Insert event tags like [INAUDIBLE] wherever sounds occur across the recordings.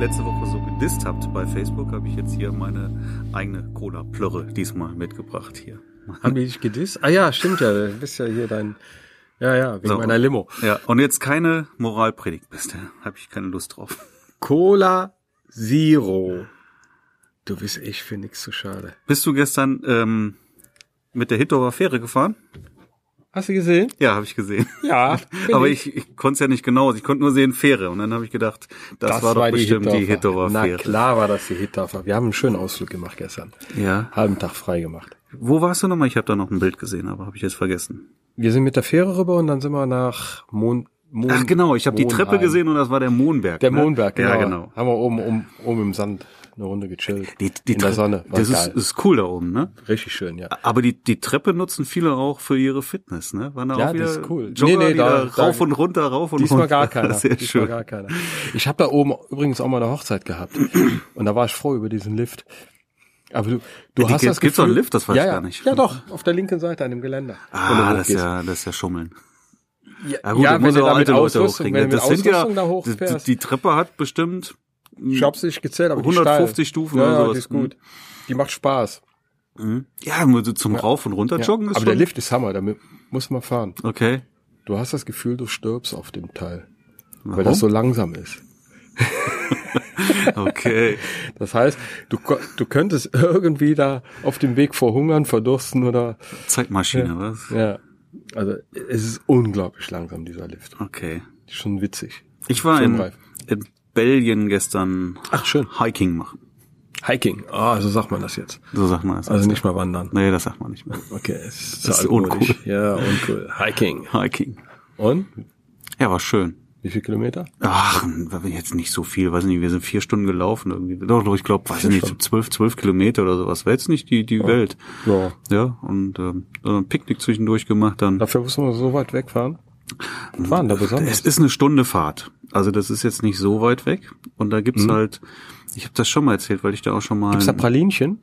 letzte Woche so gedisst habt bei Facebook, habe ich jetzt hier meine eigene Cola-Plörre diesmal mitgebracht hier. Haben die dich gedisst? Ah ja, stimmt ja. Du bist ja hier dein. Ja, ja, wegen So. meiner Limo. Ja, und jetzt keine Moralpredigt bist, da habe ich keine Lust drauf. Cola Zero. Du bist echt für nichts zu schade. Bist du gestern ähm, mit der Hitdover Fähre gefahren? Hast du gesehen? Ja, habe ich gesehen. Ja. Aber ich, ich konnte es ja nicht genau, ich konnte nur sehen Fähre. Und dann habe ich gedacht, das, war doch bestimmt die Hitdover Na Fähre. klar war das die Hitdorfer. Wir haben einen schönen Ausflug gemacht gestern. Ja. Halben Tag frei gemacht. Wo warst du nochmal? Ich habe da noch ein Bild gesehen, aber habe ich jetzt vergessen. Wir sind mit der Fähre rüber und dann sind wir nach Mon Mon Ach genau, ich habe die Monheim. Treppe gesehen und das war der Mohnberg. Der ne? Mondberg, genau. Ja, genau. Haben wir oben, oben, oben im Sand eine Runde gechillt. Die, die In der Tre- Sonne. War Das ist, geil. ist cool da oben, ne? richtig schön, ja. Aber die, die Treppe nutzen viele auch für ihre Fitness, ne? Waren da Ja, auch wieder das ist cool. Jogger, Nee, nee, die da, da- da- rauf und runter, rauf und Diesmal [LAUGHS] runter. gar keiner. Sehr Diesmal schön. gar keiner. Ich habe da oben übrigens auch mal eine Hochzeit gehabt. Und da war ich froh über diesen Lift. Aber du, du Die gibt- hast das gibt's Gefühl, doch einen Lift? Das weiß ja, ich ja. gar nicht. Ja doch, auf der linken Seite an dem Geländer. wenn Ah, du das ist hochgehst. ja, das ist ja Schummeln. Ja, Ja gut, ja ja, wenn muss du ja da mit alte Leute Ausrüstung, hochkriegen. wenn du mit das sind ja, Ausrüstung da die, hochfährst. die Treppe hat bestimmt ich hab's nicht gezählt, aber die ist steil. 150 Stufen ja, oder ja, sowas. Die ist gut. Die macht Spaß. Mhm. Ja, nur so zum Rauf und Runter Ja. joggen ist aber schon. der Lift ist Hammer, damit muss man fahren. Okay. Du hast das Gefühl, du stirbst auf dem Teil, weil Warum? das so langsam ist. [LAUGHS] okay. Das heißt, du, ko- du könntest [LAUGHS] irgendwie da auf dem Weg verhungern, verdursten oder Zeitmaschine, was? ja. Also es ist unglaublich langsam, dieser Lift. Okay. Schon witzig. Ich war in, Filmreif. in Belgien gestern Ach, schön. Hiking machen. Hiking. Ah, so sagt man das jetzt. So sagt man das. Also nicht mal wandern. nee, das sagt man nicht mehr. Okay, es ist, Das ist altmodisch. uncool. Ja, uncool. Hiking. Hiking. Und? Ja, war schön. Wie viel Kilometer? Ach, war jetzt nicht so viel, weiß nicht, wir sind vier Stunden gelaufen irgendwie. Doch, doch ich glaube, weiß nicht, so zwölf, zwölf Kilometer oder sowas. War jetzt nicht die, die Welt. Ja. Ja, und ähm, so ein Picknick zwischendurch gemacht dann. Dafür müssen wir so weit wegfahren. Was waren da Es besonders? ist eine Stunde Fahrt. Also das ist jetzt nicht so weit weg. Und da gibt's halt, ich habe das schon mal erzählt, weil ich da auch schon mal. Mhm. Gibt's da Pralinchen?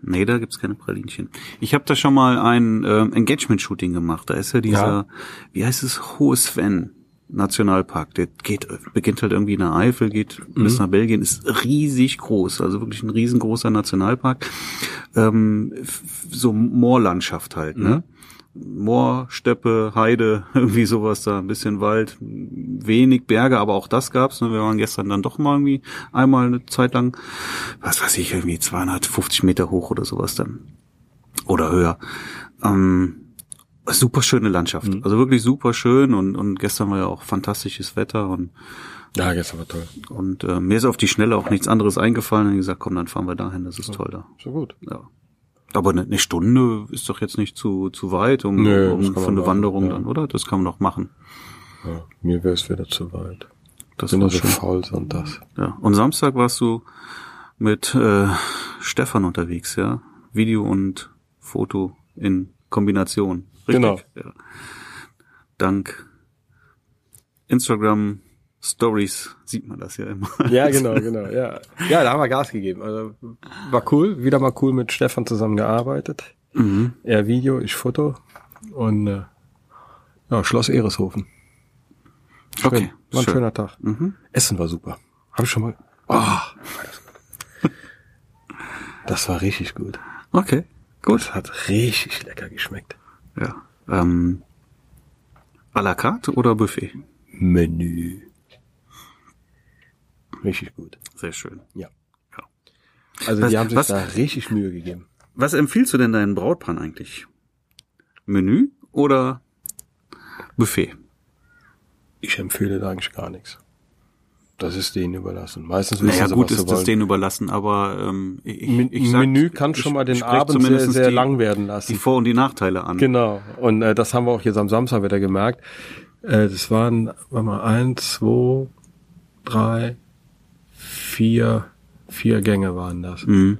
Nee, da gibt's keine Pralinchen. Ich habe da schon mal ein ähm, Engagement-Shooting gemacht. Da ist ja dieser, Ja. wie heißt es, Hohe Sven Nationalpark. Der geht, beginnt halt irgendwie in der Eifel, geht bis nach Belgien, ist riesig groß. Also wirklich ein riesengroßer Nationalpark. Ähm, f- so Moorlandschaft halt, ne? Moor, Steppe, Heide, [LAUGHS] irgendwie sowas da, ein bisschen Wald, wenig Berge, aber auch das gab's. Ne? Wir waren gestern dann doch mal irgendwie einmal eine Zeit lang, was weiß ich, irgendwie 250 Meter hoch oder sowas dann. Oder höher. Ähm, super schöne Landschaft. Mhm. Also wirklich super schön und, und gestern war ja auch fantastisches Wetter und, Ja, gestern war toll. und äh, mir ist auf die Schnelle auch nichts anderes eingefallen und gesagt, komm, dann fahren wir dahin, das ist toll da. So gut. Ja. Aber eine, eine Stunde ist doch jetzt nicht zu, zu weit, um, Nö, das um kann man für eine machen, Wanderung ja. dann, oder? Das kann man doch machen. Ja, mir wäre es wieder zu weit. Das Bin war nur so schön. faul sonntags. Ja. Und Samstag warst du mit äh, Stefan unterwegs, ja? Video und Foto in Kombination. Richtig. Genau. Ja. Dank Instagram Stories sieht man das ja immer. [LAUGHS] Ja, genau, genau, ja. Ja, da haben wir Gas gegeben. Also war cool. Wieder mal cool mit Stefan zusammen gearbeitet. Mhm. Er Video, ich Foto. Und äh, ja, Schloss Ehreshofen. Schön. Okay, War ein schön. schöner Tag. Mhm. Ah. Essen war super. Hab ich schon mal. Oh, war das gut. Das war richtig gut. Okay, gut. Das hat richtig lecker geschmeckt. Ja. Ähm, à la carte oder Buffet? Menü. Richtig gut. Sehr schön. Ja. Ja. Also Was- die haben sich was- da richtig Mühe gegeben. Was empfiehlst du denn deinen Brautpaaren eigentlich? Menü oder Buffet? Ich empfehle da eigentlich gar nichts. Das ist denen überlassen. Meistens wissen Naja, Also sie, gut, was sie ist das wollen. denen überlassen, aber ähm, ich, Men- ich sag, Menü kann schon ich mal den sprech Abend sehr, zumindest sehr die, lang werden die lassen. Vor- und die Nachteile an. Genau. Und äh, das haben wir auch jetzt am Samstag wieder gemerkt. Äh, das waren, warte mal, eins, zwei, drei, vier, vier Gänge waren das. Mhm.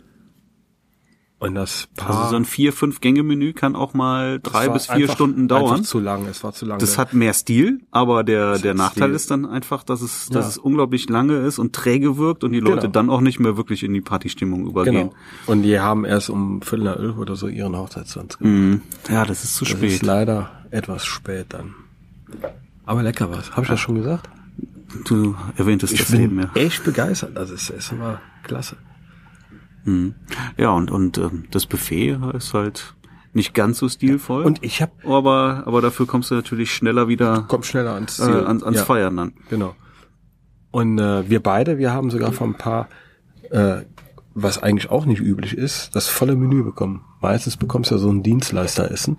Und das Paar Also so ein vier, fünf Gänge Menü kann auch mal das drei war bis vier einfach- Stunden Einfach dauern. zu lang. Es war zu lang. Das hat mehr Stil, aber der, der hat Nachteil Stil. ist dann einfach, dass es, dass Ja. es unglaublich lange ist und träge wirkt und die Leute Genau. dann auch nicht mehr wirklich in die Partystimmung übergehen. genau. Und die haben erst um Viertel nach elf oder so ihren Hochzeitstanz gemacht. Mhm. Ja, das ist zu Genau. Das spät. ist leider etwas spät dann. Aber lecker war's. Habe ich das schon gesagt? Du erwähntest Ich das bin eben, ja. echt begeistert. Also es ist immer klasse. Mhm. Ja, und, und ähm, das Buffet ist halt nicht ganz so stilvoll. Und ich habe aber, aber dafür kommst du natürlich schneller wieder komm schneller ans äh, Ziel. ans, ans ja, Feiern dann. Genau. Und äh, wir beide, wir haben sogar von ein paar, äh, was eigentlich auch nicht üblich ist, das volle Menü bekommen. Meistens bekommst du ja so ein Dienstleisteressen,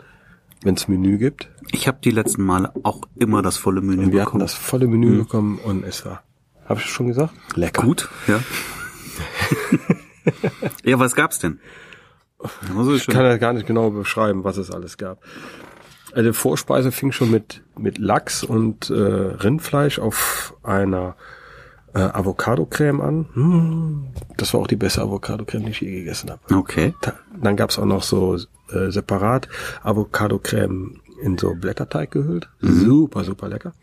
wenn es Menü gibt. Ich habe die letzten Male auch immer das volle Menü Und wir hatten bekommen. das volle Mhm. Menü bekommen und es war, habe ich schon gesagt? Lecker. Gut, ja. [LAUGHS] ja, was gab's denn? Also Ich kann ja gar nicht genau beschreiben, was es alles gab. Also die Vorspeise fing schon mit, mit Lachs und äh, Rindfleisch auf einer äh, Avocado-Creme an. Hm, das war auch die beste Avocado-Creme, die ich je gegessen habe. okay. Ta- Dann gab's auch noch so äh, separat Avocado-Creme in so Blätterteig gehüllt. Super, super lecker.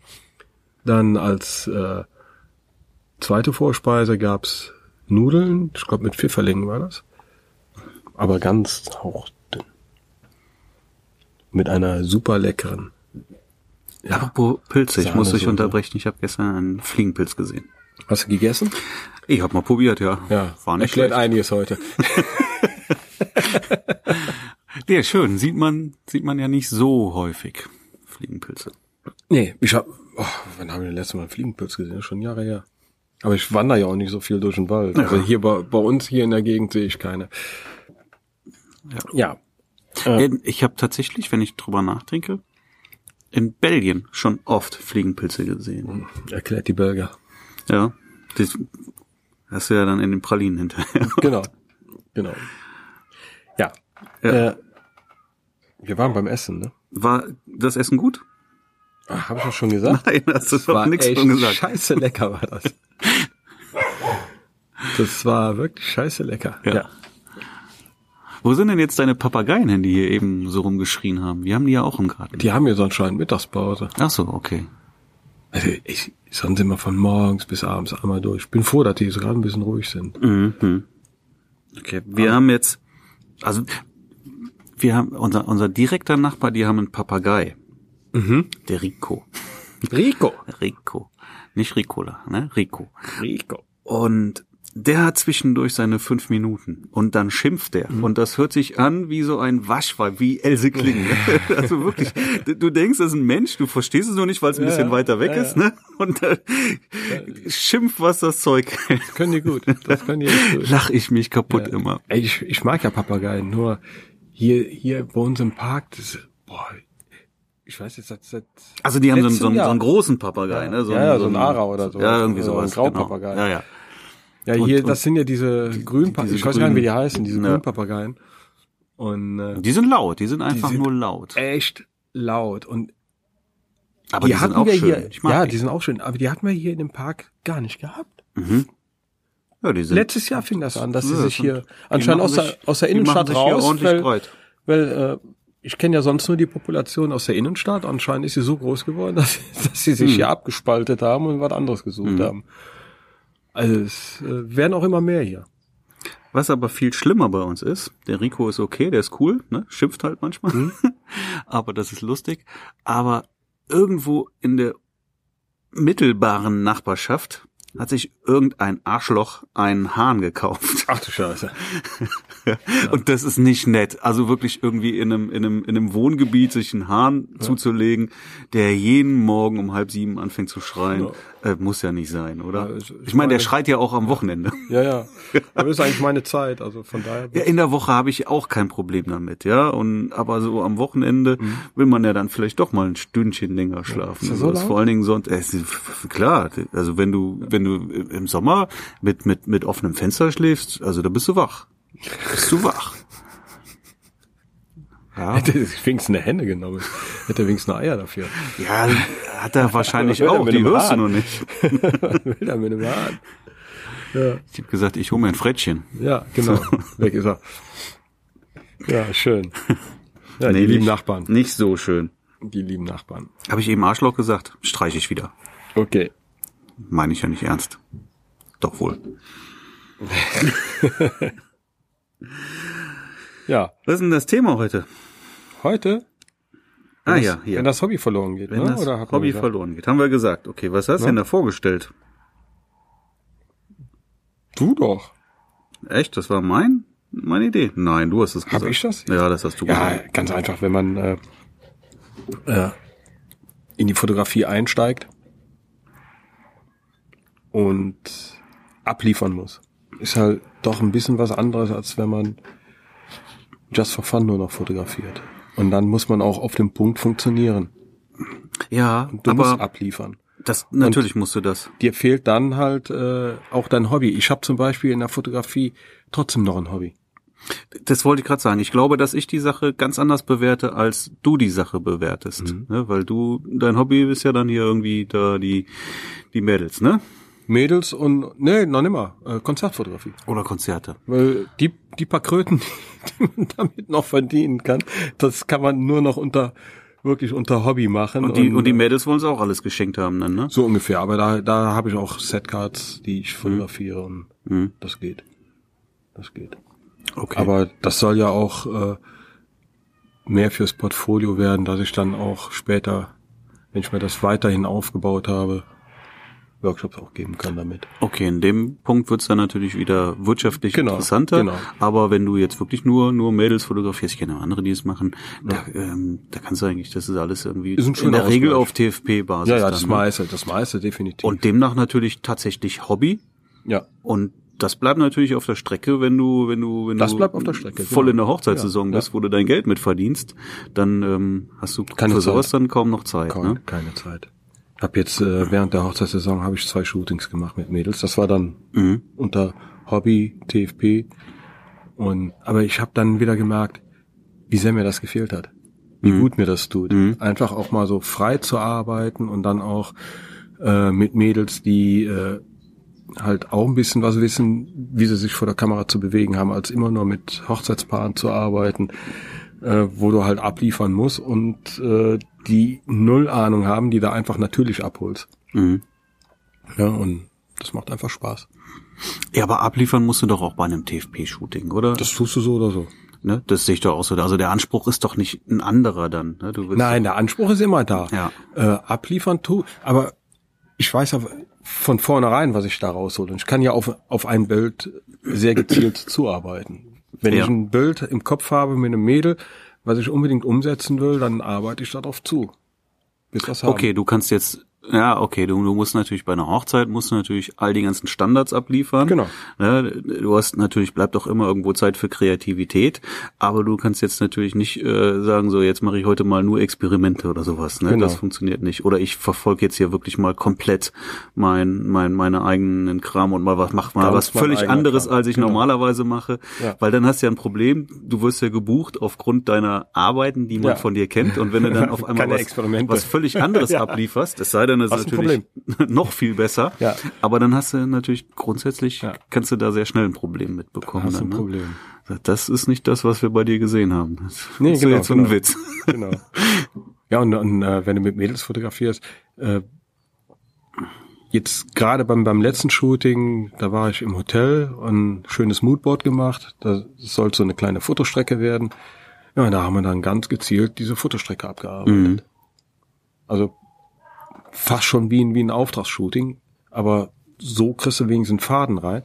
Dann als äh, zweite Vorspeise gab's Nudeln, ich glaube mit Pfifferlingen war das. Aber ganz hauchdünn. Mit einer super leckeren. Apropos Pilze, ich muss dich Sahnesoße. unterbrechen. Ich habe gestern einen Fliegenpilz gesehen. Hast du gegessen? Ich habe mal probiert, ja. War nicht Erklärt schlecht. einiges heute. Der ist schön, sieht man, sieht man ja nicht so häufig. Fliegenpilze. Nee, ich hab, oh, wann habe ich das letzte Mal einen Fliegenpilz gesehen? Das ist schon Jahre her. Aber ich wandere ja auch nicht so viel durch den Wald. Also hier bei, bei uns hier in der Gegend sehe ich keine. Ja. Äh, Ich habe tatsächlich, wenn ich drüber nachdenke, in Belgien schon oft Fliegenpilze gesehen. Erklärt die Belgier. Ja. Das hast du ja dann in den Pralinen hinterher. [LAUGHS] Genau. Genau. Ja. Ja. Äh, wir waren beim Essen, ne? War das Essen gut? [LAUGHS] Ach, hab ich das schon gesagt? Nein, hast du doch nichts echt von gesagt. scheiße lecker [LAUGHS] war das. Das war wirklich scheiße lecker. Ja. Wo sind denn jetzt deine Papageien, die hier eben so rumgeschrien haben? Wir haben die ja auch im Garten. Die haben jetzt anscheinend Mittagspause. Ach so, okay. Also ich, sonst immer von morgens bis abends einmal durch. Ich bin froh, dass die jetzt gerade ein bisschen ruhig sind. Okay, wir haben jetzt, also wir haben unser unser direkter Nachbar, die haben einen Papagei, der Rico, Rico. Rico, nicht Ricola, ne, Rico. Rico. Und der hat zwischendurch seine fünf Minuten und dann schimpft er. Mhm. Und das hört sich an wie so ein Waschweib, wie Else Kling. [LAUGHS] [LAUGHS] also wirklich, du- du denkst, das ist ein Mensch, du verstehst es nur nicht, weil es ein Ja, bisschen ja. weiter weg Ja, ist. ja. Ne? Und äh, schimpft, was das Zeug hält. Können die gut. Das können die echt [LAUGHS] gut. Lach ich mich kaputt immer. Ey, ich, ich mag ja Papageien, nur hier, hier bei uns im Park, das, boah, ich weiß jetzt, seit, seit Also die haben so einen, so, einen, so Letzten einen Jahr. großen Papagei, Ja. ne? Ja, ja, so ein Ara oder so. Ja, irgendwie Oder sowas. ein Graupapagei. Genau. Ja, ja. Ja, Und- hier, und das sind ja diese Grünpapageien. diese Ich weiß gar nicht, wie die grünen- heißen, diese Ja. Grünpapageien. Und äh, Die sind laut, die sind einfach sind nur laut. echt laut. Und Aber die, die, hatten sind auch wir schön. hier, ich mag ja, die. die sind auch schön, aber die hatten wir hier in dem Park gar nicht gehabt. Mhm. ja, die sind Letztes Jahr fing das an, dass sie Ja, das sich hier sind- anscheinend die aus machen der, sich- aus der die machen Innenstadt sich hier raus, ordentlich weil, breit. weil äh, ich kenne ja sonst nur die Population aus der Innenstadt. Anscheinend ist sie so groß geworden, [LAUGHS] dass, dass sie Hm. sich hier abgespaltet haben und was anderes gesucht haben. Also es äh, werden auch immer mehr hier. Was aber viel schlimmer bei uns ist, der Rico ist okay, der ist cool, ne? schimpft halt manchmal, [LAUGHS] aber das ist lustig. Aber irgendwo in der mittelbaren Nachbarschaft hat sich irgendein Arschloch einen Hahn gekauft. Ach du Scheiße. Und das ist nicht nett. Also wirklich irgendwie in einem, in einem, in einem Wohngebiet sich einen Hahn zuzulegen, der jeden Morgen um halb sieben anfängt zu schreien, äh, muss ja nicht sein, oder? Ja, ich ich- ich meine, der meine- schreit ja auch am Wochenende. Ja, ja. Aber das ist eigentlich meine Zeit, also von daher. Ja, in der Woche habe ich auch kein Problem damit, ja. Und aber so am Wochenende will man ja dann vielleicht doch mal ein Stündchen länger schlafen. ist Mhm. ja Also so das laut? vor allen Dingen sonst, äh, es ist- klar. Also wenn du, wenn du im Sommer mit mit mit offenem Fenster schläfst, also da bist du wach. Bist du wach. [LAUGHS] Ja, Hätte ich wenigstens eine Hände genommen. Hätte wenigstens eine Eier dafür. ja hat er [LAUGHS] wahrscheinlich Was will er auch. mit Die einem hörst du Hahn? noch nicht. Will er mir mal an. Ja, Ich habe gesagt, ich hole mir ein Frettchen. ja [LAUGHS] genau. Weg ist er. Ja, schön. Ja, die Nee, lieben nicht- Nachbarn. Nicht so schön. Die lieben Nachbarn. Habe ich eben Arschloch gesagt? Streiche ich wieder. Okay. Meine ich ja nicht ernst. Doch wohl. Ja, Was ist denn das Thema heute? heute Wenn Ah das, ja, hier. Wenn das Hobby verloren geht, Wenn ne? das Oder hat man Hobby gesagt? Ne? verloren geht. Haben wir gesagt. Okay, was hast du Ja. denn da vorgestellt? Du doch. Echt? Das war mein? Meine Idee? Nein, du hast es gesagt. ich das jetzt? Ja, das hast du Ja, gesagt. ganz einfach, wenn man äh, äh, in die Fotografie einsteigt und abliefern muss. Ist halt doch ein bisschen was anderes, als wenn man just for fun nur noch fotografiert. Und dann muss man auch auf dem Punkt funktionieren. Ja, Du musst aber abliefern. das, natürlich musst du das. Dir fehlt dann halt äh, auch dein Hobby. Ich habe zum Beispiel in der Fotografie trotzdem noch ein Hobby. Das wollte ich gerade sagen. Ich glaube, dass ich die Sache ganz anders bewerte, als du die Sache bewertest. Mhm. Ne? Weil du, dein Hobby ist ja dann hier irgendwie da die, die Mädels, ne? Mädels und, nee, noch nimmer, äh, Konzertfotografie. Oder Konzerte. Weil die, die paar Kröten, [LAUGHS] die man damit noch verdienen kann, das kann man nur noch unter, wirklich unter Hobby machen. äh, Und die, und die Mädels wollen es auch alles geschenkt haben dann, ne? so ungefähr, aber da, da habe ich auch Setcards, die ich fotografiere und Mhm. das geht. Das geht. Okay. Aber das soll ja auch äh, mehr fürs Portfolio werden, dass ich dann auch später, wenn ich mir das weiterhin aufgebaut habe, Workshops auch geben kann damit. Okay, in dem Punkt wird's dann natürlich wieder wirtschaftlich Genau, interessanter. genau. Aber wenn du jetzt wirklich nur nur Mädels fotografierst, ich kenne auch andere, die es machen, da, ähm, da kannst du eigentlich, das ist alles irgendwie Ist ein in schöner der Regel Ausgleich. auf TFP-Basis. Ja, ja, Also das dann, ne? meiste, das meiste definitiv. Und demnach natürlich tatsächlich Hobby. ja. Und das bleibt natürlich auf der Strecke, wenn du, wenn du, wenn Das du bleibt auf der Strecke, voll genau. in der Hochzeitssaison Ja, ja. bist, wo du dein Geld mit verdienst, dann ähm, hast du Keine für sowas Zeit. dann kaum noch Zeit. Keine, Ne? keine Zeit. Hab jetzt äh, während der Hochzeitssaison habe ich zwei Shootings gemacht mit Mädels. Das war dann Mhm. unter Hobby TFP und aber ich habe dann wieder gemerkt, wie sehr mir das gefehlt hat, wie gut mir das tut, einfach auch mal so frei zu arbeiten und dann auch äh, mit Mädels, die äh, halt auch ein bisschen was wissen, wie sie sich vor der Kamera zu bewegen haben, als immer nur mit Hochzeitspaaren zu arbeiten, äh, wo du halt abliefern musst und äh, die null Ahnung haben, die da einfach natürlich abholst. Mhm. Ja, und das macht einfach Spaß. Ja, aber abliefern musst du doch auch bei einem TFP-Shooting, oder? Das tust du so oder so. Ne? Das sehe ich doch auch so. Also der Anspruch ist doch nicht ein anderer dann. Ne? Du willst Nein, der Anspruch ist immer da. Ja. Äh, abliefern tu, aber ich weiß ja von vornherein, was ich da raushole. Und ich kann ja auf, auf ein Bild [CLEARS THROAT] sehr gezielt zuarbeiten. Wenn Ja. ich ein Bild im Kopf habe mit einem Mädel, was ich unbedingt umsetzen will, dann arbeite ich darauf zu. Bis was haben. Okay, du kannst jetzt, ja, okay, du, du musst natürlich bei einer Hochzeit, musst du natürlich all die ganzen Standards abliefern. Genau. Ne, du hast natürlich, bleibt auch immer irgendwo Zeit für Kreativität, aber du kannst jetzt natürlich nicht äh, sagen, so jetzt mache ich heute mal nur Experimente oder sowas. Ne? Genau. Das funktioniert nicht. Oder ich verfolge jetzt hier wirklich mal komplett mein, mein, meine eigenen Kram und mal was, mach mal Ganz was mein völlig eigener anderes, Kram. als ich Genau. normalerweise mache. Ja. Weil dann hast du ja ein Problem, du wirst ja gebucht aufgrund deiner Arbeiten, die man Ja. von dir kennt. Und wenn du [LAUGHS] dann auf einmal Keine was, Experimente. was völlig [LAUGHS] anderes ablieferst, es sei denn, es ist Hast ein natürlich [LAUGHS] noch viel besser, Ja. aber dann hast du natürlich grundsätzlich, Ja. kannst du da sehr schnell ein Problem mitbekommen. Hast du dann, ein Problem. Ne? Das ist nicht das, was wir bei dir gesehen haben. Das Nee, ist genau, jetzt so ein genau. Witz. [LAUGHS] Genau. Ja, und, und äh, wenn du mit Mädels fotografierst, äh, jetzt gerade beim, beim letzten Shooting, da war ich im Hotel und ein schönes Moodboard gemacht. Da sollte so eine kleine Fotostrecke werden. Ja, und da haben wir dann ganz gezielt diese Fotostrecke abgearbeitet. Also fast schon wie ein, wie ein Auftragsshooting, aber so kriegst du wenigstens einen Faden rein.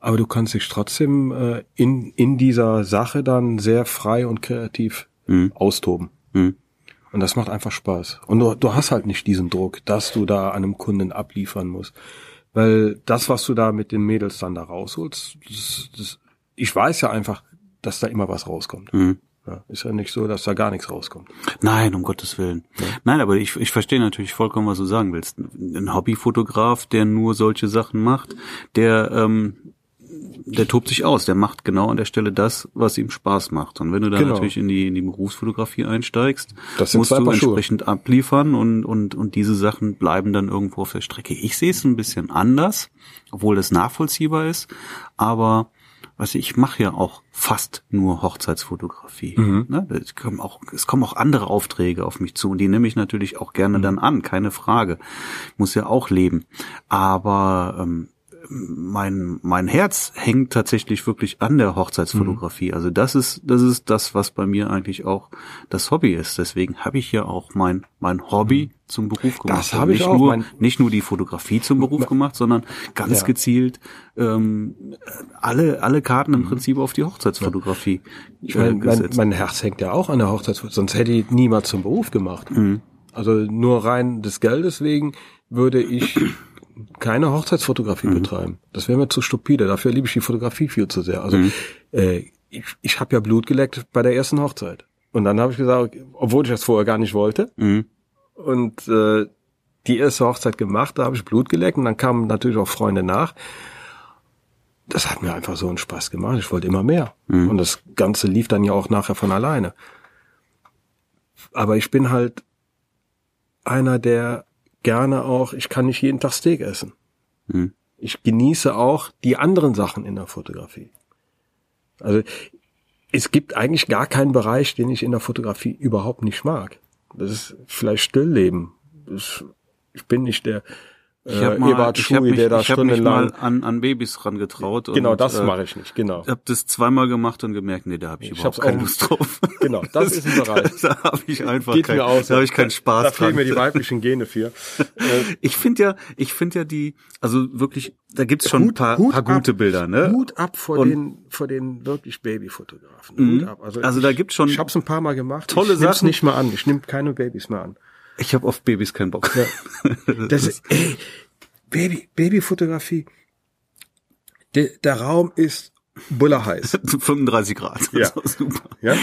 Aber du kannst dich trotzdem äh, in, in dieser Sache dann sehr frei und kreativ austoben. Mhm. Und das macht einfach Spaß. Und du, du hast halt nicht diesen Druck, dass du da an einem Kunden abliefern musst. Weil das, was du da mit den Mädels dann da rausholst, das, das, ich weiß ja einfach, dass da immer was rauskommt. Mhm. hm. Ja, ist ja nicht so, dass da gar nichts rauskommt. Nein, um Gottes Willen. Nein, aber ich, ich verstehe natürlich vollkommen, was du sagen willst. Ein Hobbyfotograf, der nur solche Sachen macht, der, ähm, der tobt sich aus, der macht genau an der Stelle das, was ihm Spaß macht. Und wenn du dann Genau. natürlich in die, in die Berufsfotografie einsteigst, Das sind musst zwei du Paar Schuhe. entsprechend abliefern und, und, und diese Sachen bleiben dann irgendwo auf der Strecke. Ich sehe es ein bisschen anders, obwohl das nachvollziehbar ist, aber Weißt du, ich mache ja auch fast nur Hochzeitsfotografie. Mhm. Ne? Es, kommen auch, es kommen auch andere Aufträge auf mich zu und die nehme ich Mhm. natürlich auch gerne dann an, keine Frage. Muss ja auch leben. Aber ähm, mein, mein Herz hängt tatsächlich wirklich an der Hochzeitsfotografie. Mhm. Also das ist, das ist das, was bei mir eigentlich auch das Hobby ist. Deswegen habe ich ja auch mein, mein Hobby zum Beruf gemacht. Mhm. Also Das habe ich nicht auch, Nur, mein- nicht nur die Fotografie zum Beruf gemacht, sondern ganz Ja. gezielt ähm, alle, alle Karten im Prinzip auf die Hochzeitsfotografie Mhm. Ich meine, äh, mein, gesetzt. mein Herz hängt ja auch an der Hochzeitsfotografie, sonst hätte ich niemals zum Beruf gemacht. Also nur rein des Geldes wegen würde ich [CLEARS THROAT] keine Hochzeitsfotografie betreiben. Das wäre mir zu stupide. Dafür liebe ich die Fotografie viel zu sehr. Also äh, ich, ich habe ja Blut geleckt bei der ersten Hochzeit. Und dann habe ich gesagt, obwohl ich das vorher gar nicht wollte, Mhm. und äh, die erste Hochzeit gemacht, da habe ich Blut geleckt und dann kamen natürlich auch Freunde nach. Das hat mir einfach so einen Spaß gemacht. Ich wollte immer mehr. Mhm. Und das Ganze lief dann ja auch nachher von alleine. Aber ich bin halt einer, der gerne auch, ich kann nicht jeden Tag Steak essen. Mhm. Ich genieße auch die anderen Sachen in der Fotografie. Also es gibt eigentlich gar keinen Bereich, den ich in der Fotografie überhaupt nicht mag. Das ist vielleicht Stillleben. Das, ich bin nicht der äh, Ich habe mal, Eberhard ich hab Schui, mich, der da ich hab mich mal stundenlang... an, an Babys rangetraut. Genau, und, das äh, mache ich nicht, genau. Ich habe das zweimal gemacht und gemerkt, nee, da habe ich, Ich überhaupt hab's keine auch- Lust drauf. [LAUGHS] Genau, das [LAUGHS] ist ein Bereich. Da, habe ich einfach Geht kein, mir aus. da habe ich keinen Spaß Da fehlen dran. mir die weiblichen Gene für. Äh, Ich finde ja, ich finde ja die, also wirklich, da gibt's schon ein Hut- paar, Hut paar ab. gute Bilder, ne? Hut ab vor Und- den, vor den wirklich Babyfotografen. Hut ab. Also da gibt's schon- Ich habe es ein paar Mal gemacht. tolle ich nimm's Sachen. nicht mehr an. Ich nehme keine Babys mehr an. Ich habe auf Babys keinen Bock. [LAUGHS] Das, ist- ey, Baby, Babyfotografie. De, der Raum ist bullerheiß. 35 Grad. Ja. [LAUGHS] Das war super. Ja?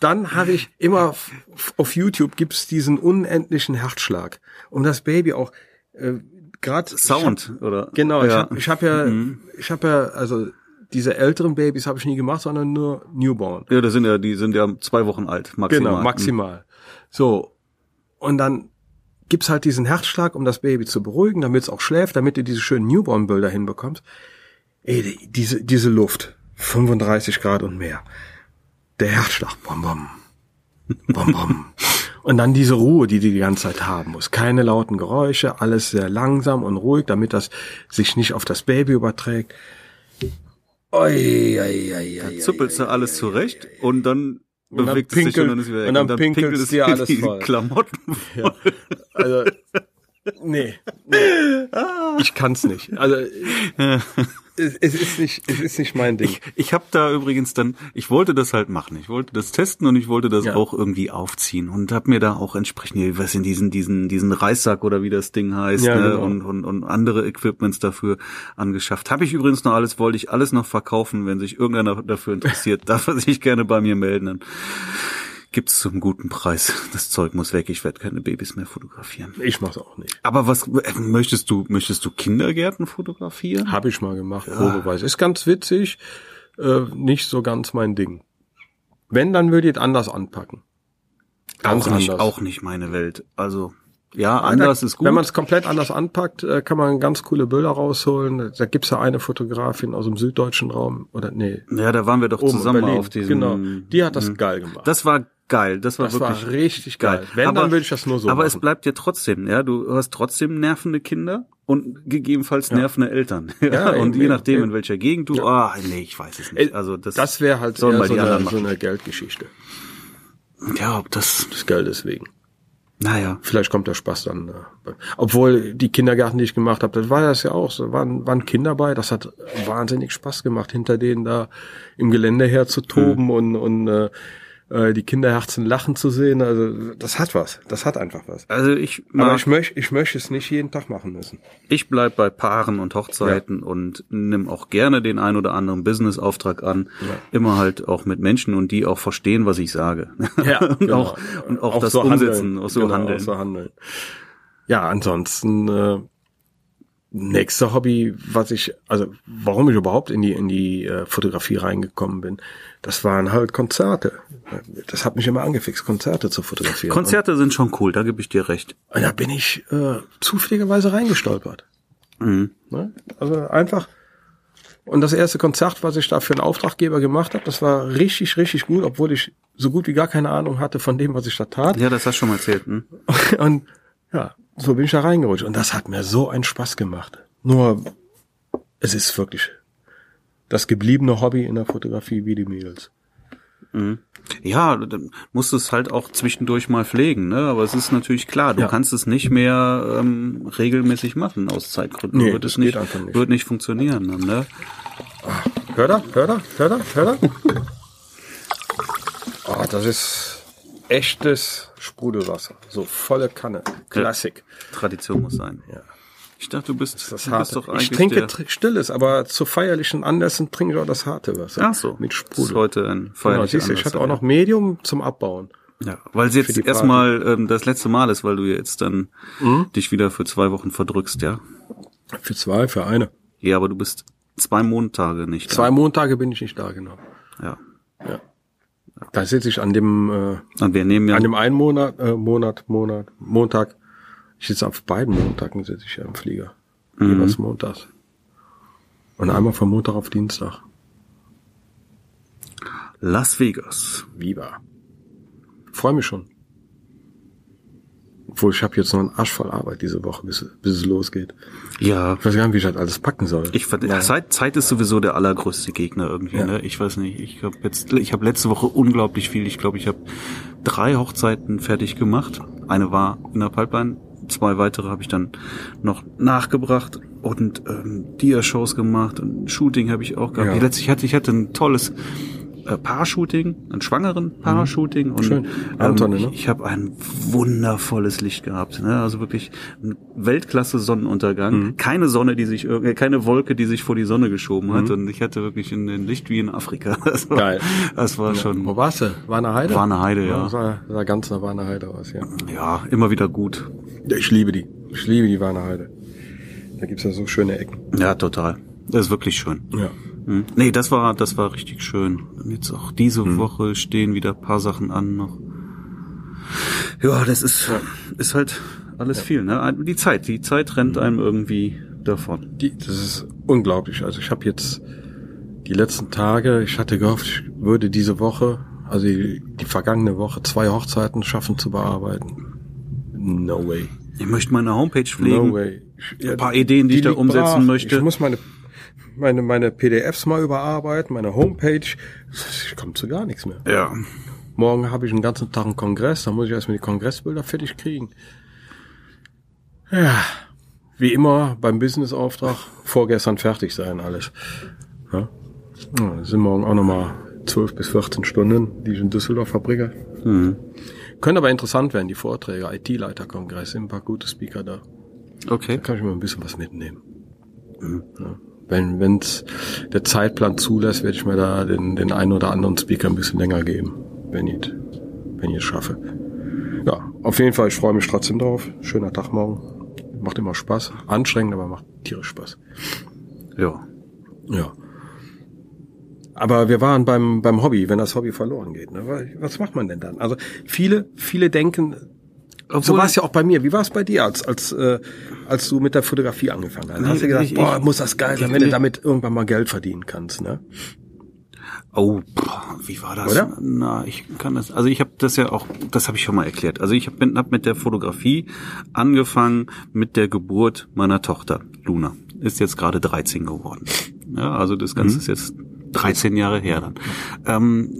Dann habe ich immer auf, auf YouTube gibt's diesen unendlichen Herzschlag. Um das Baby auch äh, gerade Sound, oder? Genau, ich Ja. habe ich hab ja, ich habe ja, also diese älteren Babys habe ich nie gemacht, sondern nur Newborn. ja, das sind ja, die sind ja zwei Wochen alt, maximal. Genau, maximal. So. Und dann gibt's halt diesen Herzschlag, um das Baby zu beruhigen, damit es auch schläft, damit du diese schönen Newborn-Bilder hinbekommst. Ey, die- diese, diese Luft, 35 Grad und mehr. Der Herzschlag, bom, bom. Bom, [LAUGHS] bom. Und dann diese Ruhe, die die die ganze Zeit haben muss. Keine lauten Geräusche, alles sehr langsam und ruhig, damit das sich nicht auf das Baby überträgt. Oi, oi, oi, oi, oi, Zuppelst du alles zurecht und dann dann bewegt es sich pinkelt- und dann ist wieder weg. und dann pinkelt's es dir in alles die voll. [LAUGHS] Klamotten. Ja. Also, nee. nee. Ich kann's nicht. [LAUGHS] Also, es, es ist nicht, es ist nicht mein Ding. Ich habe da übrigens dann, ich wollte das halt machen, ich wollte das testen und ich wollte das Ja. auch irgendwie aufziehen und habe mir da auch entsprechend, was in diesen diesen diesen Reissack oder wie das Ding heißt Ja, ne, genau. und, und und andere Equipments dafür angeschafft. Habe ich übrigens noch alles, wollte ich alles noch verkaufen, wenn sich irgendeiner dafür interessiert, [LAUGHS] darf er sich gerne bei mir melden. Dann gibt's zum guten Preis. Das Zeug muss weg, ich werde keine Babys mehr fotografieren. Ich mach's auch nicht. Aber was äh, möchtest du? Möchtest du Kindergärten fotografieren? Habe ich mal gemacht, probeweise. Ist ganz witzig, äh, nicht so ganz mein Ding. Wenn, dann würde ich es anders anpacken. Ganz auch nicht, anders. auch nicht meine Welt. Also ja, anders Da- ist gut. Wenn man es komplett anders anpackt, äh, kann man ganz coole Bilder rausholen. Da gibt's ja eine Fotografin aus dem süddeutschen Raum. Oder nee, ja, da waren wir doch oben zusammen Berlin. auf diesem. genau. Die hat das geil gemacht. Das war geil. Das war Das war wirklich richtig geil. Wenn, dann würde ich das nur so Aber es machen. bleibt dir trotzdem, ja, du hast trotzdem nervende Kinder und gegebenenfalls nervende Eltern. [LAUGHS] Ja, Ja, und eben, je nachdem eben. Äh, in welcher Gegend du, ah, nee, ich weiß es nicht. Also das, das wäre halt sollen eher mal so, die eine, anderen so machen. eine Geldgeschichte. ja, ob das, Das Geld deswegen. naja. Vielleicht kommt der Spaß dann. äh, Obwohl die Kindergärten, die ich gemacht habe, das war das ja auch. Da waren, waren Kinder bei. Das hat wahnsinnig Spaß gemacht, hinter denen da im Gelände her zu toben Hm. und, und äh, äh, die Kinderherzen lachen zu sehen. Also das hat was. Das hat einfach was. Also ich Aber mag ich möchte ich möchte es nicht jeden Tag machen müssen. Ich bleib bei Paaren und Hochzeiten und nimm auch gerne den ein oder anderen Businessauftrag an. Immer halt auch mit Menschen und die auch verstehen, was ich sage. [LAUGHS] Ja, [LAUGHS] und, genau. auch, und auch, das so Umsetzen, handeln. auch so Genau, handeln. Auch so handeln. Ja, ansonsten äh, nächste Hobby, was ich, also warum ich überhaupt in die in die äh, Fotografie reingekommen bin, das waren halt Konzerte. Das hat mich immer angefixt, Konzerte zu fotografieren. Konzerte sind schon cool, da gebe ich dir recht. Und, und da bin ich äh, zufälligerweise reingestolpert. Mhm. Ne? Also einfach. Und das erste Konzert, was ich da für einen Auftraggeber gemacht habe, das war richtig, richtig gut, obwohl ich so gut wie gar keine Ahnung hatte von dem, was ich da tat. Ja, das hast du schon mal erzählt. Hm? [LAUGHS] Und ja, so bin ich da reingerutscht. Und das hat mir so einen Spaß gemacht. Nur es ist wirklich das gebliebene Hobby in der Fotografie wie die Mädels. Ja, dann musst du es halt auch zwischendurch mal pflegen, ne? Aber es ist natürlich klar, du Ja. kannst es nicht mehr ähm, regelmäßig machen aus Zeitgründen. Nee, wird es das geht nicht, einfach nicht. wird nicht funktionieren dann, ne? Hör da, hör da, hör da, hör da. [LAUGHS] Ah, das ist echtes Sprudelwasser. So volle Kanne. Klassik. Tradition muss sein. Ja. Ich dachte, du bist, Das du bist harte. doch eigentlich Ich trinke der, tr- stilles, aber zu feierlichen Anlässen trinke ich auch das harte Wasser. Ach so, Mit Ist Sprudel. heute ein Genau, feierlicher siehst du, ich hatte Anlass, auch noch Medium zum Abbauen. Ja, weil es für jetzt die Party. erstmal ähm, das letzte Mal ist, weil du jetzt dann Mhm. dich wieder für zwei Wochen verdrückst, ja? Für zwei, für eine. Ja, aber du bist zwei Montage nicht. Zwei Montage bin ich nicht da, genau. Da. Ja. Da sitze ich an dem, äh, Und wir nehmen ja an dem einen Monat, äh, Monat, Monat, Montag. Ich sitze auf beiden Montagen sitze ich am Flieger. Mhm. Jeweils montags. Und einmal von Montag auf Dienstag. Las Vegas. Viva. Freue mich schon. Obwohl, ich habe jetzt noch einen Arsch voll Arbeit diese Woche, bis, bis es losgeht. Ja, Ich weiß gar nicht, wie ich das alles packen soll. Also Ich fand, Naja. Zeit, Zeit ist sowieso der allergrößte Gegner irgendwie. Ja. Ne? Ich weiß nicht. Ich habe jetzt, ich habe letzte Woche unglaublich viel. Ich glaube, ich habe drei Hochzeiten fertig gemacht. Eine war in der Pipeline. Zwei weitere habe ich dann noch nachgebracht und ähm, Dia-Shows gemacht und ein Shooting habe ich auch gehabt. Ja. Ich, letztlich hatte ich hatte ein tolles äh, Paar-Shooting, ein schwangeren Paar-Shooting und Mhm. Schön. Ähm, Antonne, ich ne? ich habe ein wundervolles Licht gehabt. Ne? Also wirklich ein Weltklasse Sonnenuntergang. Keine Sonne, die sich, irg- äh, keine Wolke, die sich vor die Sonne geschoben hat. Und ich hatte wirklich ein, ein Licht wie in Afrika. [LAUGHS] Das war, Geil. Das war Wo schon, warst du? Warner Heide? Warner Heide, ja. Sah, sah ganz nach Warner Heide aus, ja. ja, immer wieder gut. Ja, Ich liebe die. Ich liebe die Warner Heide. Da gibt's ja so schöne Ecken. Ja, total. Das ist wirklich schön. Ja. Mhm. Nee, das war, das war richtig schön. Und jetzt auch diese Woche stehen wieder ein paar Sachen an noch. Ja, das ist, ist halt alles viel, ne? Die Zeit, die Zeit rennt einem irgendwie davon. Die, das ist unglaublich. Also ich habe jetzt die letzten Tage, ich hatte gehofft, ich würde diese Woche, also die, die vergangene Woche, zwei Hochzeiten schaffen zu bearbeiten. No way. Ich möchte meine Homepage pflegen. No way. Ich, Ein paar Ideen, die ich da liegt umsetzen brach. möchte. Ich muss meine, meine, meine PDFs mal überarbeiten, meine Homepage. Ich komme zu gar nichts mehr. Ja. Morgen habe ich den ganzen Tag einen Kongress, da muss ich erstmal die Kongressbilder fertig kriegen. Ja, wie immer beim Businessauftrag vorgestern fertig sein alles. Ja? Ja, das sind morgen auch nochmal 12 bis 14 Stunden, die ich in Düsseldorf verbringe. Mhm. Können aber interessant werden, die Vorträge, IT-Leiterkongress, sind ein paar gute Speaker da. Okay. Da kann ich mal ein bisschen was mitnehmen. Mhm. Ja. Wenn wenn's der Zeitplan zulässt, werde ich mir da den, den einen oder anderen Speaker ein bisschen länger geben, wenn ich wenn ich es schaffe. Ja, auf jeden Fall, ich freue mich trotzdem drauf. Schöner Tag morgen. Macht immer Spaß. Anstrengend, aber macht tierisch Spaß. Ja. Ja. Aber wir waren beim, beim Hobby, wenn das Hobby verloren geht. Ne? Weil, Was macht man denn dann? Also viele, viele denken, so war es ja auch bei mir. Wie war es bei dir, als, als, äh, als du mit der Fotografie angefangen hast? hast du Nee, gedacht, ich- boah, ich- muss das geil sein, ich- wenn du ich- damit irgendwann mal Geld verdienen kannst, ne? Oh, boah, wie war das? Oder? Na, ich kann das. Also ich habe das ja auch, das habe ich schon mal erklärt. Also ich habe mit, hab mit der Fotografie angefangen mit der Geburt meiner Tochter Luna. Ist jetzt gerade 13 geworden. Ja, also das Ganze Mhm. ist jetzt 13 Jahre her dann. Ähm,